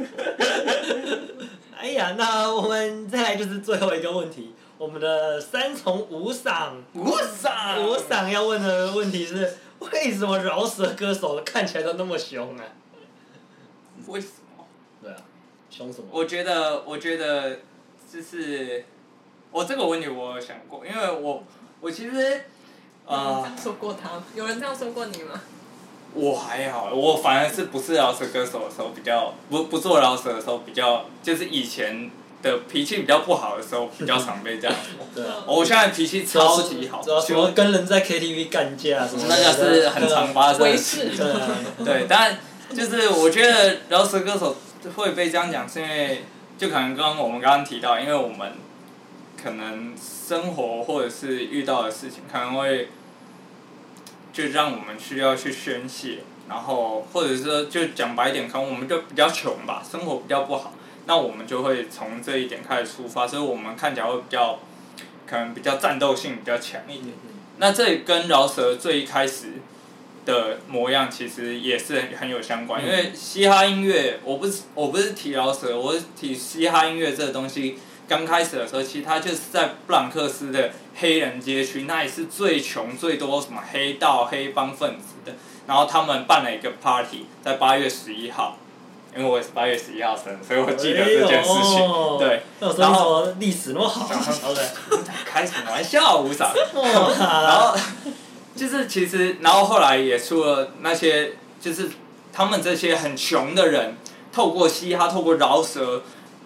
Speaker 1: 哎呀，那我们再来就是最后一个问题，我们的三重五赏，
Speaker 5: 我傻
Speaker 1: 五赏要问的问题是，为什么饶舌歌手看起来都那么凶啊？
Speaker 5: 为什么？
Speaker 1: 对啊，凶什么？
Speaker 5: 我觉得，我觉得，就是我这个问题我有想过，因为我我其实
Speaker 2: 有人这
Speaker 5: 呃
Speaker 1: 嗯
Speaker 2: 样说过他吗？有人这样说过你吗？
Speaker 5: 我还好，我反而是不是饶舌歌手的时候比较不不做饶舌的时候比较，就是以前的脾气比较不好的时候比较常被
Speaker 1: (laughs)
Speaker 5: 这样说。
Speaker 1: 对啊。
Speaker 5: 我现在脾气超级好，
Speaker 1: 主要什
Speaker 5: 就
Speaker 1: 么跟人在 KTV 干架什么的？
Speaker 5: 那个是很常发生
Speaker 2: 为
Speaker 5: 的
Speaker 2: 是
Speaker 5: 事。
Speaker 1: 对啊，
Speaker 5: 对，但就是我觉得饶舌歌手会被这样讲，是因为就可能刚刚我们刚刚提到，因为我们可能生活或者是遇到的事情，可能会就让我们需要去宣泄，然后或者说就讲白一点，可能我们就比较穷吧，生活比较不好，那我们就会从这一点开始出发，所以我们看起来会比较可能比较战斗性比较强一点。那这跟饶舌最一开始的模样其实也是很很有相关，
Speaker 1: 嗯
Speaker 5: 因为嘻哈音乐，我不是我不是提饶舌，我是提嘻哈音乐这个东西。刚开始的时候，其实它就是在布朗克斯的黑人街区，那也是最穷、最多什么黑道、黑帮分子的。然后他们办了一个 party，在八月十一号，因为我也是八月十一号生，所以我记得这件事情。
Speaker 1: 哎呦
Speaker 5: 对，
Speaker 1: 那我生活历史那么好，好的，
Speaker 5: 开什么玩笑，吴嫂？然
Speaker 1: (laughs) 哇，
Speaker 5: 后就是其实，然后后来也出了那些，就是他们这些很穷的人，透过嘻哈，透过饶舌，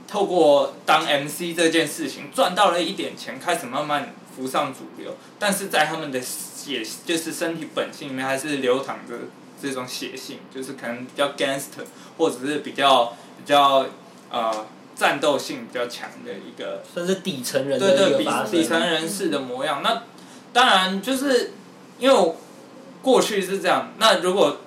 Speaker 5: 透过当 MC 这件事情，赚到了一点钱，开始慢慢浮上主流。但是在他们的血，就是身体本性里面，还是流淌着这种血性，就是可能比较 gangster，或者是比较比较呃战斗性比较强的一个
Speaker 1: 算是底层人的
Speaker 5: 对
Speaker 1: 一
Speaker 5: 对，
Speaker 1: 个
Speaker 5: 比
Speaker 1: 发
Speaker 5: 底
Speaker 1: 生，
Speaker 5: 层人士的模样。那当然就是因为我过去是这样。那如果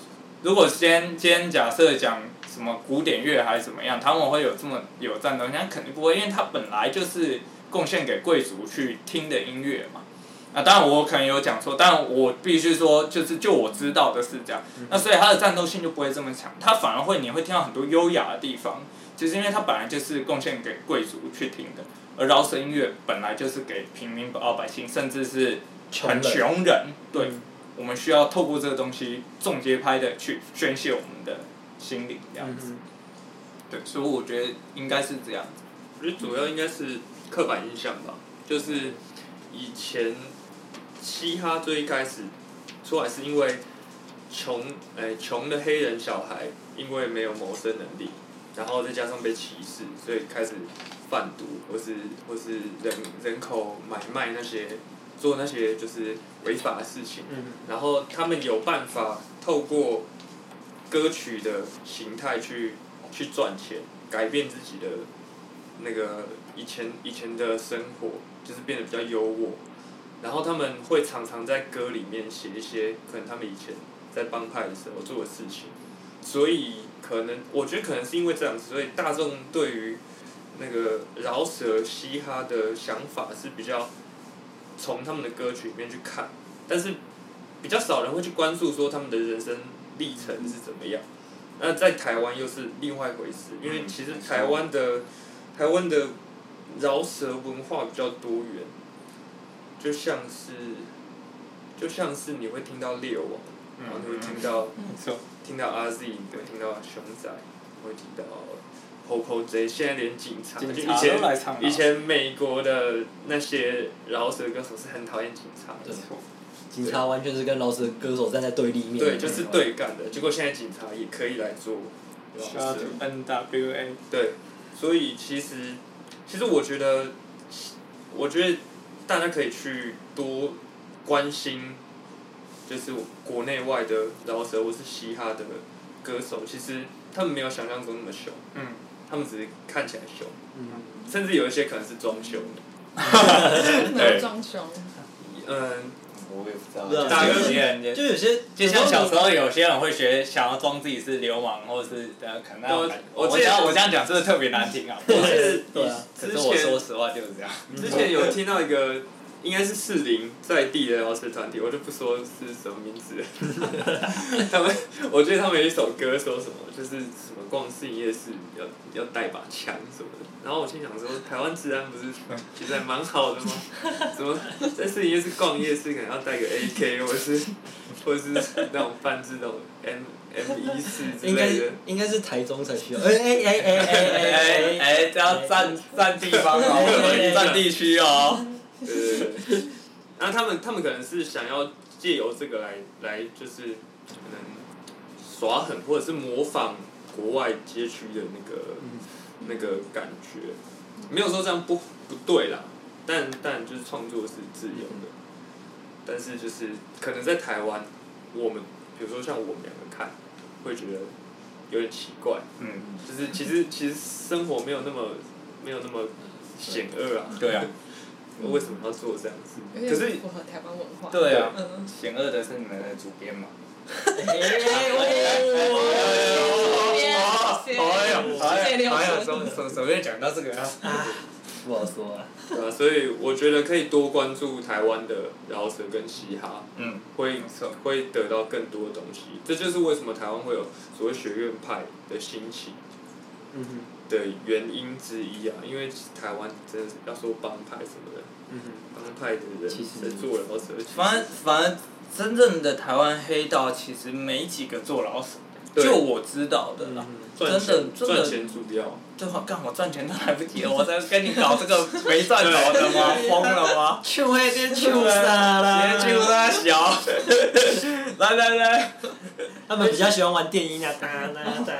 Speaker 5: 如果今天今天假设讲什么古典乐还是怎么样，他们会有这么有战斗性，那肯定不会，因为他本来就是贡献给贵族去听的音乐嘛。啊，当然我可能有讲错，但我必须说，就是就我知道的是这样。那所以他的战斗性就不会这么强，他反而会你会听到很多优雅的地方，就是因为他本来就是贡献给贵族去听的。而饶舌音乐本来就是给平民老百姓，甚至是很
Speaker 1: 人，
Speaker 5: 穷人，对，
Speaker 1: 嗯
Speaker 5: 我们需要透过这个东西重节拍的去宣泄我们的心灵，这样子。
Speaker 1: 嗯
Speaker 5: 对，所以我觉得应该是这样子。
Speaker 4: 我觉得主要应该是刻板印象吧，就是以前嘻哈最一开始出来是因为穷，哎、穷的黑人小孩因为没有谋生能力，然后再加上被歧视，所以开始贩毒或是或是人人口买卖那些做那些就是违法的事情。
Speaker 1: 嗯
Speaker 4: 然后他们有办法透过歌曲的形态去去赚钱，改变自己的那个以前以前的生活，就是变得比较优渥。然后他们会常常在歌里面写一些可能他们以前在帮派的时候做的事情，所以可能我觉得可能是因为这样子，所以大众对于那个饶舌嘻哈的想法是比较从他们的歌曲里面去看，但是比较少人会去关注说他们的人生历程是怎么样。那在台湾又是另外一回事，因为其实台湾的台湾的饶舌文化比较多元，就像是就像是你会听到猎王，嗯
Speaker 5: 嗯
Speaker 4: 然后你会听到
Speaker 5: 没错，
Speaker 4: 听到阿 Z，你会听到熊仔，你会听到 Popo J，现在连警察
Speaker 5: 警
Speaker 4: 就
Speaker 5: 察
Speaker 4: 以
Speaker 5: 都
Speaker 4: 前
Speaker 5: 来唱了，
Speaker 4: 以前美国的那些饶舌歌手是很讨厌警察的
Speaker 1: 对，
Speaker 5: 没错
Speaker 1: 警察完全是跟饶舌歌手站在对立面。嗯
Speaker 4: 对，就是。对干的。结果现在警察也可以来做饶舌
Speaker 5: Shout to NWA，
Speaker 4: 对，所以其实，其实我觉得，我觉得大家可以去多关心，就是国内外的饶舌或是嘻哈的歌手，其实他们没有想象中那么凶，
Speaker 5: 嗯，
Speaker 4: 他们只是看起来凶，
Speaker 1: 嗯
Speaker 4: 甚至有一些可能是装凶的。
Speaker 2: 没有装凶，
Speaker 4: 嗯，
Speaker 5: 我也不知道
Speaker 1: 对啊
Speaker 5: 就是有些人就
Speaker 1: 就有些，
Speaker 5: 就像小时候有些人会学想要装自己是流氓，或者是呃，可能那种感觉
Speaker 4: 我我
Speaker 5: 我
Speaker 4: 之
Speaker 5: 这
Speaker 4: 前
Speaker 5: 样我这样讲真的特别难听啊。
Speaker 4: 我是
Speaker 1: 对啊
Speaker 5: 可
Speaker 4: 之
Speaker 5: 是我说
Speaker 4: 前
Speaker 5: 实话就是这样。
Speaker 4: 之前有听到一个。应该是士林在地的饶舌团体，我就不说是什么名字了。他们，我觉得他们有一首歌说什么，就是什么逛市营夜市要要带把枪什么的。然后我心想说，台湾治安不是其实还蛮好的吗？怎么在市营夜市逛夜市，可能要带个 AK 或者是或者是那种泛制那种 M M 一四之
Speaker 1: 应该
Speaker 4: 类的
Speaker 1: 是？应该是台中才需要。哎哎哎哎哎
Speaker 5: 哎
Speaker 1: 哎哎！
Speaker 5: 哎，这要占占地方哦，占地区哦。
Speaker 4: 对，呃然后他们他们可能是想要借由这个来来就是可能耍狠，或者是模仿国外街区的那个、那个感觉，没有说这样不不对啦，但但就是创作是自由的，但是就是可能在台湾，我们比如说像我们两个看，会觉得有点奇怪，
Speaker 5: 嗯，
Speaker 4: 就是其实其实生活没有那么没有那么险恶啊，
Speaker 5: 对啊，
Speaker 4: 为什么要做这样子？
Speaker 2: 有
Speaker 4: 可是
Speaker 2: 点不符合台湾文化。
Speaker 5: 对啊，
Speaker 2: 嗯，
Speaker 5: 险恶的是你们的主编嘛。
Speaker 2: 哦谢谢六
Speaker 5: 怎
Speaker 2: 叔。
Speaker 5: 怎怎么又讲到这个啊？
Speaker 1: 不好说啊。
Speaker 4: (laughs) 对啊，所以我觉得可以多关注台湾的饶舌跟嘻哈，
Speaker 5: 嗯，
Speaker 4: 会
Speaker 5: 没错
Speaker 4: 会得到更多的东西。这就是为什么台湾会有所谓学院派的兴起
Speaker 1: 嗯哼
Speaker 4: 的原因之一啊。因为台湾真的是要说帮派什么的，
Speaker 1: 嗯
Speaker 4: 帮派的人
Speaker 1: 其实
Speaker 4: 在做饶舌，
Speaker 5: 反正反正真正的台湾黑道其实没几个坐牢死，
Speaker 4: 对
Speaker 5: 就我知道的啦。
Speaker 1: 哼。
Speaker 4: 赚钱
Speaker 5: 真的真的
Speaker 4: 赚钱主要，
Speaker 5: 最好干我赚钱都来不及了，我才跟你搞这个没赚着的吗？疯了吗？
Speaker 1: 就会跟就傻啦，
Speaker 5: 别去他小，来来来，
Speaker 1: 他们比较喜欢玩电音啊，哒哒哒。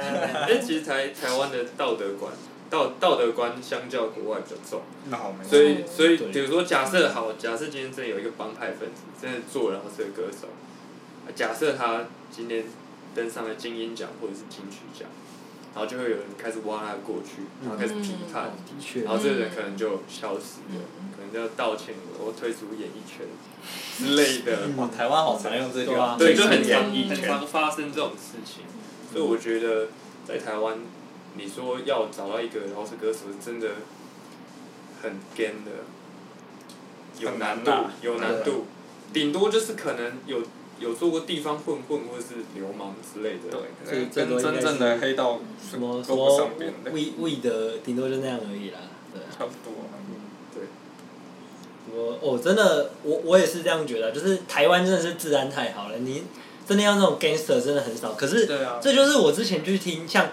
Speaker 4: 但其实台台湾的道德观道道德观相较国外比较重。
Speaker 5: 那好没
Speaker 4: 所以，
Speaker 2: 哦
Speaker 4: 所以，
Speaker 1: 对
Speaker 4: 比如说，假设好，假设今天真的有一个帮派分子，真的做然后是个歌手，假设他今天登上了金鹰奖或者是金曲奖，然后就会有人开始挖他的过去，然后开始批判，
Speaker 1: 的确
Speaker 4: 然，后这个人可能就消失了，可能就要道歉，我退出演艺圈之类的。
Speaker 5: 哇，台湾好常用这句
Speaker 1: 对啊
Speaker 5: 话，
Speaker 4: 对，就很
Speaker 5: 演
Speaker 4: 常
Speaker 5: 艺
Speaker 4: 很
Speaker 5: 圈，
Speaker 4: 常发生这种事情，所以我觉得在台湾，你说要找到一个饶舌歌手，真的很 g 的，有
Speaker 5: 很
Speaker 4: 难
Speaker 5: 难
Speaker 4: 度
Speaker 5: 呐，
Speaker 4: 有难度，顶多就是可能有有做过地方混混或是流氓之类的，
Speaker 5: 对，
Speaker 1: 这
Speaker 5: 跟
Speaker 1: 个
Speaker 5: 真正的黑道
Speaker 1: 什么什
Speaker 5: 都不
Speaker 1: 么
Speaker 5: 上边的，
Speaker 1: 味味的，顶多就那样而已啦。对啊，
Speaker 5: 差不多。
Speaker 4: 对，
Speaker 1: 我哦，真的，我我也是这样觉得，就是台湾真的是治安太好了，你真的要那种 gangster 真的很少。可是
Speaker 5: 对啊
Speaker 1: 这就是我之前去听像。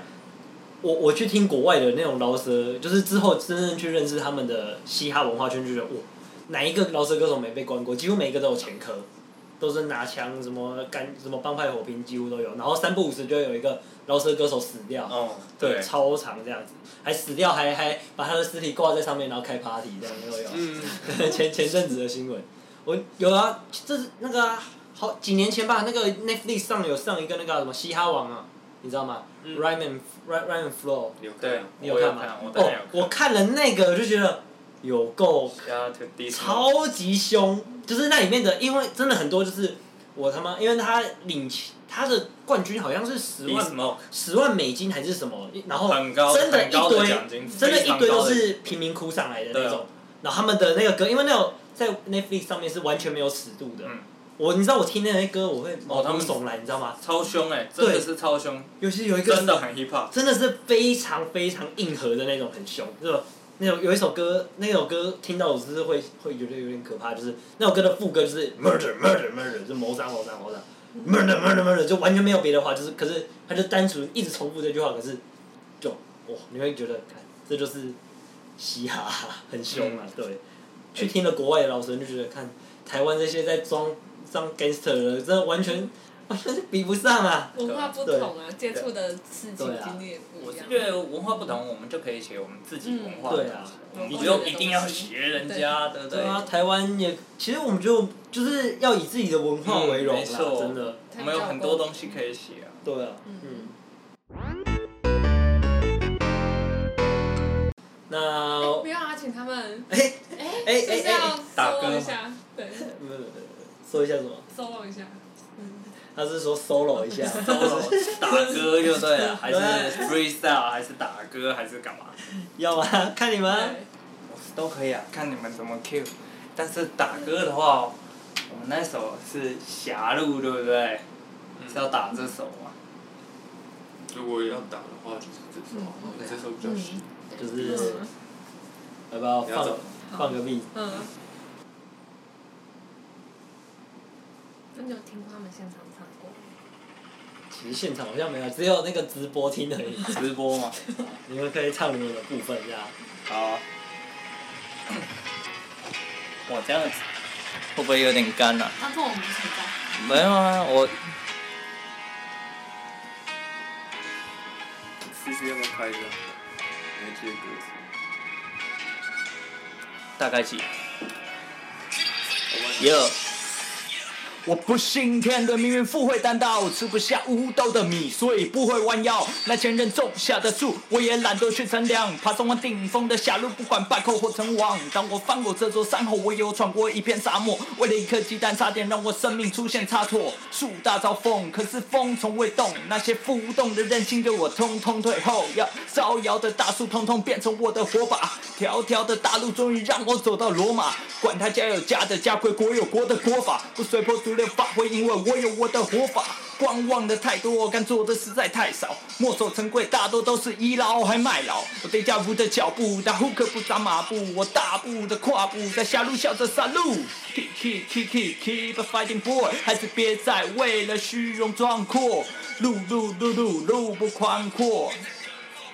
Speaker 1: 我我去听国外的那种饶舌，就是之后真正去认识他们的嘻哈文化圈，就觉得哇，哪一个饶舌歌手没被关过？几乎每一个都有前科，都是拿枪什么干什么帮派火拼，几乎都有。然后三不五时就会有一个饶舌歌手死掉，
Speaker 5: 哦，
Speaker 1: 对，超长这样子，还死掉，还还把他的尸体挂在上面，然后开 party 这样都有。(laughs)
Speaker 4: 嗯，
Speaker 1: 前前阵子的新闻，我有啊，这是那个啊、好几年前吧，那个 Netflix 上有上一个那个啊什么嘻哈王啊，你知道吗、
Speaker 4: 嗯
Speaker 1: r y m a n Ryan Ryan Flow，
Speaker 4: 有可
Speaker 5: 对
Speaker 4: 能，
Speaker 1: 你有
Speaker 5: 我有
Speaker 1: 吗
Speaker 5: 看？我当
Speaker 1: 哦
Speaker 5: 然有，看
Speaker 1: 我看了那个我就觉得，有够
Speaker 5: 哦
Speaker 4: 加特地
Speaker 1: 超级凶，就是那里面的，因为真的很多就是我他妈，因为他领他的冠军好像是十
Speaker 5: Big
Speaker 1: 万
Speaker 5: Smoke
Speaker 1: 十万美金还是什么，然后
Speaker 5: 很高
Speaker 1: 真的
Speaker 5: 很
Speaker 1: 一
Speaker 5: 高的
Speaker 1: 堆
Speaker 5: 奖金
Speaker 1: 真的
Speaker 5: 非
Speaker 1: 一
Speaker 5: 常
Speaker 1: 堆
Speaker 5: 高
Speaker 1: 都
Speaker 5: 的
Speaker 1: 是贫民窟上来的那
Speaker 5: 对啊
Speaker 1: 种，然后他们的那个歌，因为那种在 Netflix 上面是完全没有尺度的
Speaker 5: 嗯，
Speaker 1: 我你知道我听那些歌我会毛
Speaker 5: 哦他
Speaker 1: 骨
Speaker 5: 们
Speaker 1: 悚然，你知道吗？
Speaker 5: 超凶哎、真的
Speaker 1: 对
Speaker 5: 是超凶，
Speaker 1: 尤其有一个
Speaker 5: 真的很 hip hop。
Speaker 1: 真的是非常非常硬核的那种，很凶，就是那种有一首歌，那首歌听到我就是会会觉得有点可怕，就是那首歌的副歌就是 murder murder murder，就是谋杀谋杀谋杀，murder murder murder，就完全没有别的话，就是可是他就单纯一直重复这句话，可是就哇，你会觉得看这就是嘻哈，很凶啊，对。去听了国外的老师就觉得看台湾这些在装装 gangster 的，真的完全完全是比不上啊。
Speaker 2: 文化不同啊，接触的事情
Speaker 1: 对啊
Speaker 2: 经历也不
Speaker 5: 我
Speaker 2: 一
Speaker 5: 是
Speaker 2: 样。
Speaker 5: 觉得文化不同，我们就可以写我们自己文
Speaker 1: 嗯
Speaker 5: 化的
Speaker 1: 对啊
Speaker 5: 东西，我
Speaker 2: 文化
Speaker 5: 们不用
Speaker 2: 的
Speaker 5: 一
Speaker 2: 东
Speaker 5: 定要
Speaker 2: 西
Speaker 5: 学人家，对不
Speaker 1: 对啊，台湾也，其实我们就就是要以自己的文化为荣啦，
Speaker 5: 嗯没错
Speaker 1: 真的。
Speaker 5: 我们有很多东西可以写啊。
Speaker 1: 对啊，
Speaker 2: 嗯
Speaker 1: 嗯。那
Speaker 2: 不要啊，请他们
Speaker 1: 哦哎
Speaker 2: 哎
Speaker 1: 哎
Speaker 2: 是不是
Speaker 1: 哎
Speaker 2: 要
Speaker 5: 打歌
Speaker 2: solo 一下？对
Speaker 1: 不是说一下什么？
Speaker 2: ，solo 一下。嗯，
Speaker 1: 他是说 solo 一下
Speaker 5: solo (laughs) 打歌就对了，还是
Speaker 1: 对
Speaker 5: freestyle，还是打歌，还是干嘛？
Speaker 1: 要吗？看你们。
Speaker 2: 对，
Speaker 5: 我是都可以啊，看你们怎么 Q。但是打歌的话，我们那首是《狭路》，对不对？是要打这首嘛？
Speaker 4: 如果要打的话，就是这首，我们这首比较新。
Speaker 1: 就是要不要
Speaker 4: 你要
Speaker 1: 放
Speaker 4: 走
Speaker 1: 放个屁？
Speaker 2: 嗯。那你有听过他们现场唱过？
Speaker 1: 其实现场好像没有，只有那个直播听而已。
Speaker 5: 直播嘛？
Speaker 1: 你们可以唱你们的部分，这样。
Speaker 5: 好啊。 (coughs) 我这样子会不会有点干啊？
Speaker 6: 当初我们不存在，
Speaker 5: 没有啊，我
Speaker 4: 其实要不要开一下？没接歌。
Speaker 5: 大概几。Yo。我不信天的命运富会担当，我吃不下五斗的米，所以不会弯腰。那前人种下的树，我也懒得去乘凉。爬上往顶峰的狭路，不管败寇或成王。当我翻过这座山后，我有闯过一片沙漠。为了一颗鸡蛋，差点让我生命出现差错。树大招风，可是风从未动。那些浮动的任性对我通通退后。要招摇的大树，通通变成我的火把。条条的大路，终于让我走到罗马。管他家有家的家规，国有国的国法。不随波逐流发挥，因为我有我的活法。观望的太多，但做的实在太少。墨守成规，大多都是倚老还卖老。我对家务的脚步，但户口不扎马步。我大步的跨步，在狭路笑着杀戮。Keep keep keep keep keep a fighting boy，还是别再为了虚荣装阔。路路路路路不宽阔，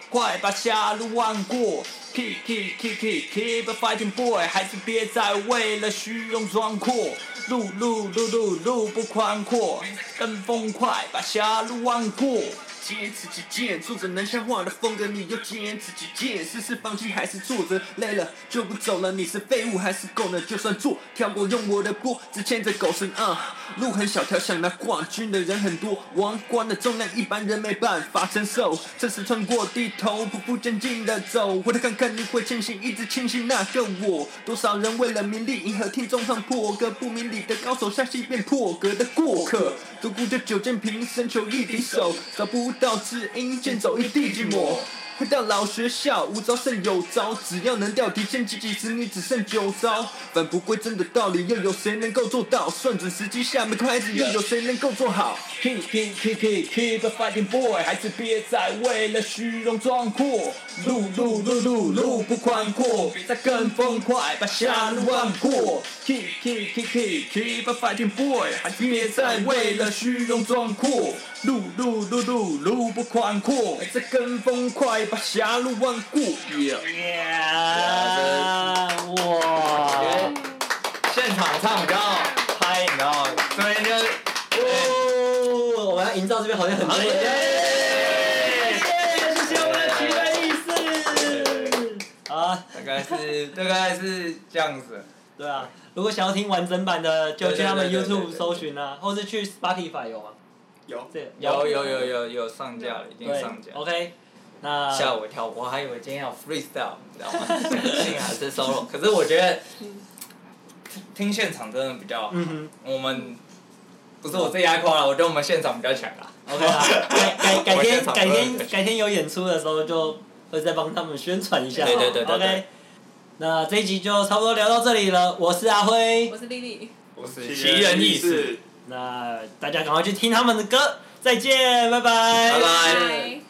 Speaker 5: 快把狭路弯过。Keep keep keep keep keep a fighting boy，还是别再为了虚荣装阔。路路路路路不宽阔，跟风快把狭路弯过。
Speaker 7: 坚持己见，做着能消化的风格，你又坚持己见，是是放弃还是挫折？累了就不走了，你是废物还是狗呢？就算做，跳过用我的锅，只欠着狗绳啊。路很小条，想拿冠军的人很多，王冠的重量一般人没办法承受。这次穿过低头，匍匐前进的走，回头看看你会清醒，一直清醒那个我。多少人为了名利迎合听众唱破格，不明理的高手下戏变破格的过客。独孤这九剑平生求一敌手，找不到知音，剑走一地寂寞。回到老学校，无招胜有招，只要能掉底线，积极时你只剩九招。返璞归真的道理，又有谁能够做到？算准时机下每个孩子，又有谁能够做好？
Speaker 5: Keep keep keep keep keep a fighting boy，还是别再为了虚荣装阔。路路路路路不宽阔，别再跟风快，把狭路弯过。Keep keep keep keep keep a fighting boy，还是别再为了虚荣装阔。路路路路路不宽阔，别再跟风快，把狭路弯过。Yeah
Speaker 1: 哇！
Speaker 5: 现场唱高，嗨，然后这边就
Speaker 1: 哦，我们要营造这边好像很多。谢谢我们的奇人异事。好啊，
Speaker 5: 大概是大概是这样子。
Speaker 1: 对啊，如果想要听完整版的，就去他们
Speaker 5: 对对对对对
Speaker 1: YouTube
Speaker 5: 对
Speaker 1: 搜寻啊，或是去 Spotify 哦有吗？
Speaker 4: 有
Speaker 1: 这
Speaker 2: 嗯
Speaker 5: 有有有有有上架了，已经
Speaker 1: 对
Speaker 5: 上架。
Speaker 1: ，OK。那
Speaker 6: 吓我一跳，我还以为今天要 freestyle，你知道吗？ (laughs) 幸好是 solo，可是我觉得听听现场真的比较好，
Speaker 1: 嗯
Speaker 6: 我们不是我自己爱夸了，我觉得我们现场比较强啦。
Speaker 1: 哼，OK 啊，改改改
Speaker 6: 我
Speaker 1: 天
Speaker 6: 先找
Speaker 1: 改
Speaker 6: 歌
Speaker 1: 天改天有演出的时候就会再帮他们宣传一下，
Speaker 6: 对对对对
Speaker 1: o
Speaker 6: 对
Speaker 1: k 那这一集就差不多聊到这里了，我是阿辉
Speaker 2: 我，是丽丽，
Speaker 6: 我是
Speaker 4: 奇
Speaker 6: 奇人
Speaker 4: 人
Speaker 6: 异
Speaker 4: 异
Speaker 6: 事，
Speaker 4: 事。
Speaker 1: 那大家赶快去听他们的歌，再见，拜拜
Speaker 6: 拜拜。
Speaker 2: 拜。